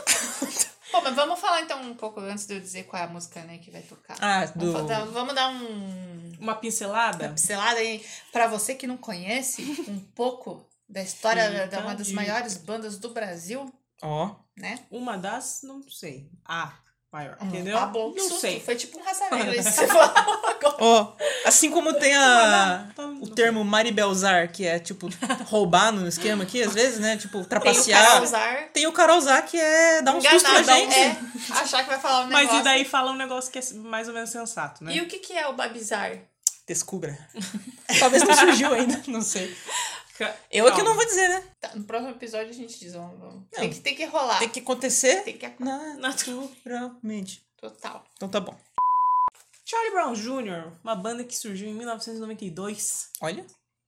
B: Pô, mas vamos falar então um pouco antes de eu dizer qual é a música né, que vai tocar.
D: Ah,
B: Vamos,
D: do-
B: fa- vamos dar um
C: Uma pincelada.
B: pincelada aí pra você que não conhece um pouco da história da- da uma das
C: Entendi.
B: maiores bandas do Brasil,
D: Ó,
B: né?
C: Uma das, não sei. A maior,
B: Um-
C: entendeu?
B: Ah, bom, que
C: não
B: susto.
C: sei.
B: Foi tipo um raça negra isso que você falou agora.
D: ó. Assim como tem a,
C: Não, não,
D: o
C: não.
D: termo maribelzar, que é tipo roubar no esquema aqui, às vezes, né? Tipo,
B: Tem o
D: trapacear.
B: cara usar,
D: Tem o Carolzá que é dar um susto na
B: enganar,
D: gente.
B: é, achar que vai falar um
C: Mas
B: negócio.
C: e daí fala um negócio que é mais ou menos sensato, né?
B: E o que, que é o babizar?
D: Descubra. Talvez não surgiu ainda, não sei.
C: Ca-
D: Eu é que
C: Calma.
D: não vou dizer, né?
B: Tá, no próximo episódio a gente diz, vamos, vamos.
D: Não.
B: Tem, que, tem que rolar.
D: Tem que acontecer
B: Tem que acontecer.
D: naturalmente.
B: Total.
D: Então tá bom.
C: Charlie Brown Jr., uma banda que surgiu em 1992.
D: Olha.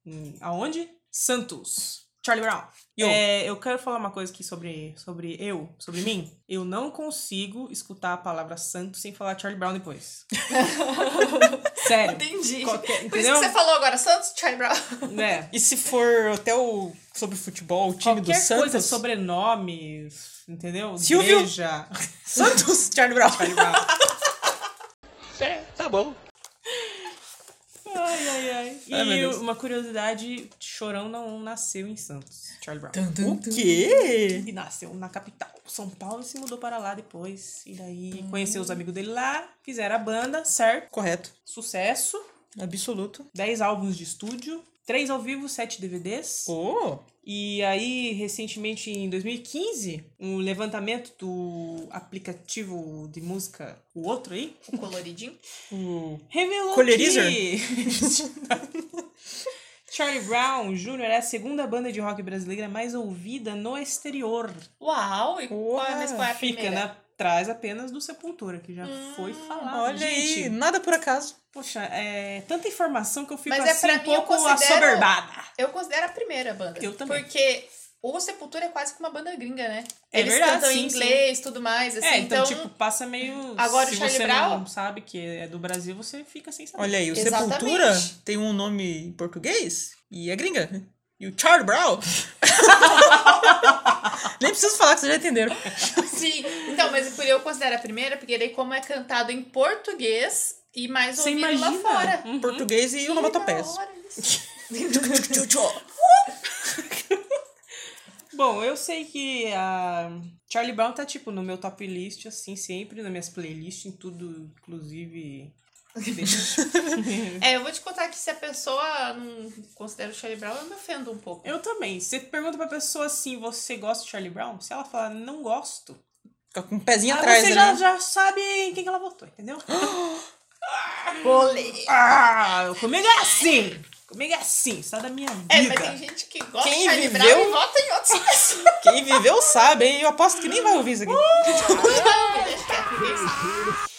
C: Em- Aonde? Santos. Charlie Brown.
D: Yo.
C: É, eu quero falar uma coisa aqui sobre, sobre eu, sobre mim. Eu não consigo escutar a palavra santo sem falar Charlie Brown depois. Sério.
B: Entendi.
C: Qualquer-
B: Por isso
C: entendeu?
B: que é? você falou agora, Santos, Charlie Brown.
C: Né?
D: E se for até o sobre futebol, o time
C: Qualquer
D: do Santos.
C: coisa, sobrenome, entendeu?
D: Silvio?
C: Igreja.
D: Santos, Charlie Brown.
C: Charlie Brown.
F: É, tá bom.
C: Ai, ai, ai.
D: Ai, meu
C: E
D: Deus.
C: uma curiosidade, Chorão não nasceu em Santos. Charlie Brown.
D: O quê?
C: Ele nasceu na capital, São Paulo, e se mudou para lá depois. E daí
D: Hum.
C: conheceu os amigos dele lá, fizeram a banda, certo?
D: Correto.
C: Sucesso.
D: Absoluto.
C: 10 álbuns de estúdio, 3 ao vivo, 7 DVDs.
D: Oh,
C: E aí, recentemente, em 2015, um levantamento do aplicativo de música, o outro aí,
B: O coloridinho.
C: revelou
D: Colherizer?
C: que... Charlie Brown Jr. é a segunda banda de rock brasileira mais ouvida no exterior.
B: Uau! E qual é, mas qual é a
C: Fica né?
B: primeira? Hum,
C: na- atrás apenas do Sepultura, que já foi falado.
D: olha
C: Gente,
D: aí. Nada por acaso.
C: Poxa, é tanta informação que eu fico
B: Mas é
C: assim
B: pra
C: um
B: mim, eu
C: pouco
B: considero-
C: assoberbada.
B: Eu considero a primeira banda.
C: Eu também.
B: Porque o Sepultura é quase que uma banda gringa, né?
C: É
B: Eles
C: verdade,
B: cantam em
C: sim, sim.
B: inglês e tudo mais, assim.
C: é, então,
B: então,
C: tipo, passa meio.
B: Agora o
C: se
B: Charlie
C: você
B: Brown-
C: não sabe que é do Brasil, você fica sem saber.
D: Olha aí, o
B: Exatamente.
D: Sepultura tem um nome em português e é gringa. né? E o Charlie Brown. Nem preciso falar que vocês já entenderam.
C: tipo,
B: sim. Então, mas por eu considero a primeira, porque daí como é cantado em português, E mais
C: Você
B: ouvido lá
C: imagina?
B: fora.
D: Português e onomatopeias.
B: Da hora isso.
C: Bom, eu sei que a Charlie Brown tá, tipo, no meu top list, assim, sempre, nas minhas playlists, em tudo, inclusive...
B: É, eu vou te contar que se a pessoa não considera o Charlie Brown, eu me ofendo um pouco.
C: eu também. Você pergunta pra pessoa assim, você gosta de Charlie Brown? Se ela falar, não gosto,
D: Fica com um pezinho
C: aí
D: atrás,
C: Ah, você
D: né?
C: já, já sabe em quem que ela votou, entendeu?
B: Olê.
C: ah, comigo é assim! Comigo é assim, só da minha vida.
B: É, mas tem gente que gosta
D: Quem
B: de Charlie Brown
D: viveu-
B: e vota em outras pessoas.
D: Quem viveu sabe, hein? Eu aposto que nem vai ouvir isso aqui.
B: Não, me deixa quieto, ninguém sabe.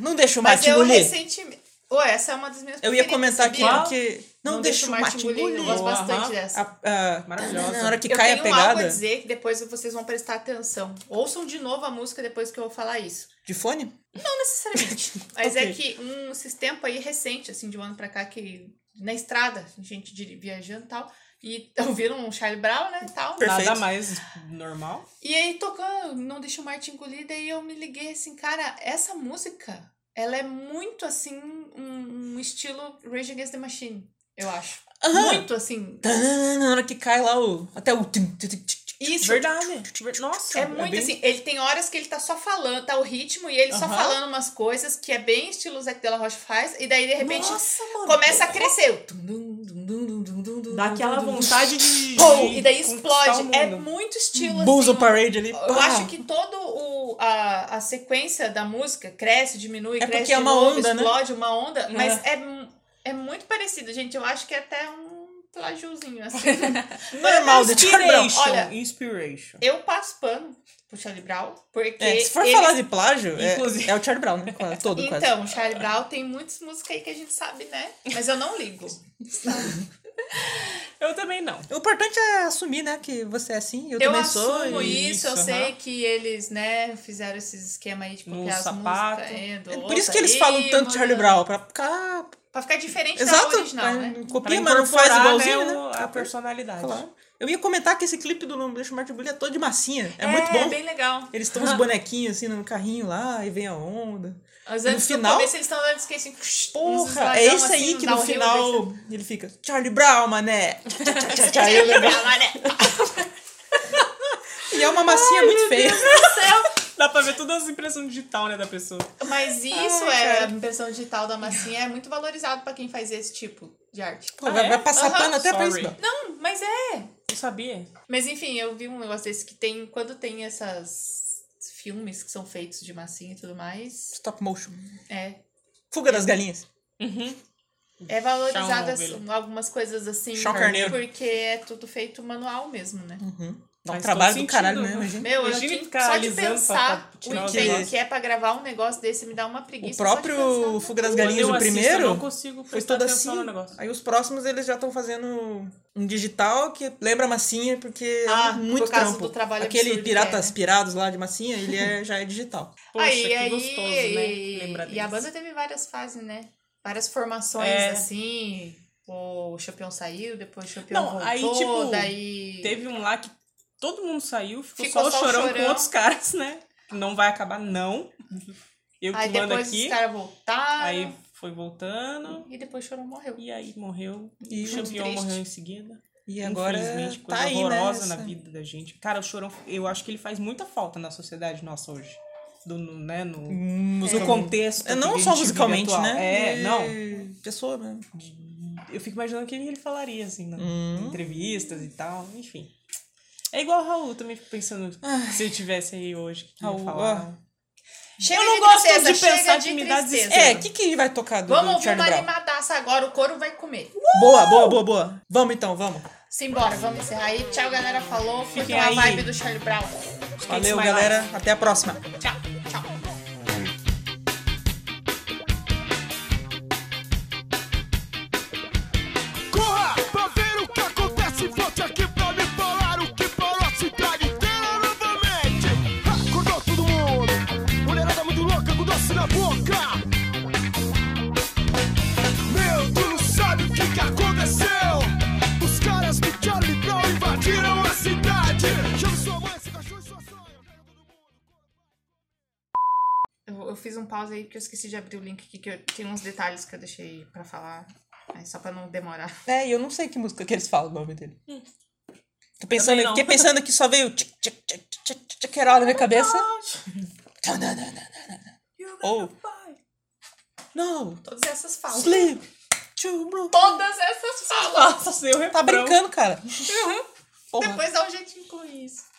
D: Não deixa o
B: Mas
D: Martin
B: eu
D: engolir.
B: recentemente... Ué, essa é uma das minhas
D: Eu ia
B: preferidas,
D: comentar aqui
B: sabia?
D: porque... Não, deixa o Martin engolir.
B: Eu gosto
C: Aham.
B: bastante dessa.
D: A- a-
C: ah, Maravilhosa.
D: Na hora que
B: eu
D: cai
B: tenho
D: a
B: algo a
D: pegada
B: dizer que depois vocês vão prestar atenção. Ouçam de novo a música depois que eu vou falar isso.
D: de fone...
B: Não necessariamente. Mas é
D: Ok.
B: que um, esses tempos aí recente, assim, de um ano pra cá, que na estrada, gente diri- viajando e tal, e ouviram um Charlie Brown, né, e tal.
D: Perfeito.
C: Nada mais normal.
B: E aí tocando, não deixa o Martin engolir, daí eu me liguei assim, cara, essa música, ela é muito assim, um, um estilo Rage Against the Machine, eu acho.
D: Aham.
B: Muito assim.
D: Tanana, Na hora que cai lá o... Até o... tum, tum, tum, tum, tum.
B: Isso,
C: Verdade. Ver- Nossa.
B: É muito
C: bem-
B: assim, ele tem horas que ele tá só falando, tá o ritmo e ele só
C: Aham.
B: falando umas coisas que é bem estilo Zac Della Rocha faz, e daí de repente
C: Nossa, mano.
B: começa a crescer. O tum, dum, dum, dum, dum, dum, dum, dum,
C: Dá aquela
B: dum, dum, dum.
C: vontade de.
B: Pum,
C: de
B: e daí
C: conquistar o
B: explode.
C: mundo.
B: É muito estilo
D: Bullseye
B: assim.
D: Parade ali.
B: Eu acho que toda a, a sequência da música cresce, diminui,
D: É
B: cresce,
D: porque é
B: de
D: uma
B: novo,
D: onda, né?
B: explode uma onda, mas é, mu- é muito parecido, gente. Eu acho que é até um plagiozinho, assim.
D: Normal é de Charlie Brown.
C: Inspiration.
B: Olha-
C: Inspiration.
B: Eu passo pano pro Charlie Brown, porque.
D: É, se for
B: ele-
D: falar de plágio, é,
C: Inclusive.
D: é o Charlie Brown, né? Quase, Todo, quase.
B: Então, Charlie Brown tem muitas músicas aí que a gente sabe, né? Mas eu não ligo.
C: Eu também não.
D: O importante é assumir, né? Que você é assim, eu,
B: Eu
D: também sou.
B: assumo
D: e-
B: isso, eu
C: isso,
B: sei
C: aham.
B: que eles, né, fizeram esses esquema aí de
C: No
B: copiar as
C: sapato.
B: músicas. É, do
D: É Por
B: outro
D: isso que eles
B: aí,
D: falam tanto de
B: mano.
D: Charlie Brown, pra ficar.
B: Pra ficar diferente
D: Exato.
B: da original,
D: pra-
B: né?
D: Copia,
C: Pra
D: mas não faz
C: incorporar,
D: igualzinho, né?
C: o- A personalidade.
D: Claro. Eu ia comentar que esse clipe do Não Deixa o Martin Bully é todo de massinha. É, muito
B: É
D: bom.
B: bem legal.
D: Eles estão os bonequinhos assim no carrinho lá e vem a onda.
B: Mas
D: No
B: antes no
D: final-
B: começo eles estão dando assim, esquecendo.
D: Porra, é esse
B: assim,
D: aí que no
B: um
D: final ele fica Charlie Brown, mané. Tchá, tchá, tchá, tchá. Aí eu lembro. E é uma massinha muito feia.
B: é
C: Dá pra ver todas as impressões digital, né, da pessoa.
B: Mas isso
D: Ai,
B: é a
D: cara.
B: impressão digital da massinha é muito valorizado pra quem faz esse tipo de arte.
D: Pô, Ah, vai,
C: é?
D: vai passar
B: Aham,
D: pano até pra
C: sorry.
D: isso. não.
B: Não, mas é.
C: Eu sabia.
B: Mas enfim, eu vi um negócio desse que tem. Quando tem essas filmes que são feitos de massinha e tudo mais,
D: Stop motion.
B: é.
D: Fuga das galinhas.
B: É
C: Chama a
B: valorizado
C: ovelha.
B: assim, algumas coisas assim.
D: Chama o carneiro.
B: Porque é tudo feito manual mesmo, né?
D: Dá um
C: Faz
D: trabalho
C: todo
D: do caralho,
C: sentido.
D: né? Imagina.
B: Meu, eu
C: Imagina
B: tive
C: ficar
B: só de
C: alisando pra-
B: pensar
C: pra tirar
B: o
C: os
B: empenho
D: negócios.
B: que é pra gravar um negócio desse me dá uma
D: O
B: preguiça. só de
D: próprio
B: pensar.
D: Fuga das
C: Quando
D: Galinhas,
C: eu
D: o
C: assisto, Eu
D: primeiro,
C: não consigo
D: foi
C: prestar
D: todo
C: atenção
D: assim.
C: Tá no negócio.
D: Aí os próximos eles já estão fazendo um digital que lembra a massinha, porque
B: Ah,
D: é um- muito
B: por causa
D: trampo.
B: do trabalho
D: Aquele
B: absurdo que
D: Piratas
B: é, né?
D: Pirados lá de massinha, ele é, já é digital.
C: Poxa,
B: aí,
C: que
B: aí,
C: gostoso,
B: e,
C: né? Lembrar
B: e a
C: deles.
B: banda teve várias fases, né? Várias formações,
C: É.
B: assim. O Champion saiu, depois o Champion
C: Não,
B: voltou,
C: aí, tipo,
B: daí...
C: Teve um lá que todo mundo saiu, ficou,
B: Ficou
C: só,
B: só o
C: o chorão,
B: Chorão.
C: com outros caras, né? Não vai acabar, não. Eu que
B: Aí
C: mando
B: depois
C: aqui.
B: os caras voltaram.
C: Aí foi voltando.
B: E depois o Chorão morreu.
C: E aí morreu.
D: E
C: o campeão
B: triste.
C: morreu em seguida.
D: E agora
C: Infelizmente, coisa
D: tá aí, né,
C: horrorosa
D: essa-
C: na vida da gente. Cara, o chorão, eu acho que ele faz muita falta na sociedade nossa hoje. Do, no, né, no, no contexto.
D: Hum, É, não
C: que a
D: só
C: gente vive
D: musicalmente,
C: atual.
D: né?
C: É,
D: E
C: não.
D: Pessoa, né?
C: Eu fico imaginando o que ele falaria, assim, na- em entrevistas e tal, enfim. É igual o Raul, também fico pensando, se ele tivesse aí hoje, o que que ele
D: Raul, ah.
C: ia falar?
B: Chega
C: Eu não
B: de
C: gosto
B: tristeza,
C: de
B: chega
C: pensar
B: de
C: que me dá
B: tristeza.
C: desespero.
D: É, o que, que vai tocar do,
B: Vamos
D: do
B: ouvir
D: Charlie
B: uma
D: Brown?
B: animadaça agora, o couro vai comer.
D: Boa, boa, boa, boa. Vamos então, vamos.
B: Simbora, vamos encerrar aí. Tchau, galera. Falou. Fiquem
C: Fiquem
B: a
C: aí.
B: vibe do Charlie Brown.
D: Valeu,
C: my
D: galera. Até a próxima.
B: Tchau, tchau.
G: Corra pra ver o que acontece. Volte aqui pra me falar o que falou a cidade inteira novamente. Ha, Acordou todo mundo. Mulherada muito louca com doce na boca. Meu, tu não sabe o que, que aconteceu. Os caras do Charlie Brown invadiram a cidade. Chama sua mãe, seu cachorro e sua sogra.
B: pausa aí, porque eu esqueci de abrir o link aqui, que eu tenho uns detalhes que eu deixei pra falar. Mas só pra não demorar.
D: É, e eu não sei que música que eles falam o nome dele. Tô pensando,
C: Hum. Também não.
D: fiquei pensando que só veio tchic, tchic, tchic, tchic, tchic, tchiquerola na minha cabeça. Ou. Não,
B: Todas essas falas.
D: sleep. to blue.
B: Todas essas falas!
C: Nossa, seu refrão.
D: Tá brincando, Tá cara. Porra.
B: Depois dá um jeito de incluir isso.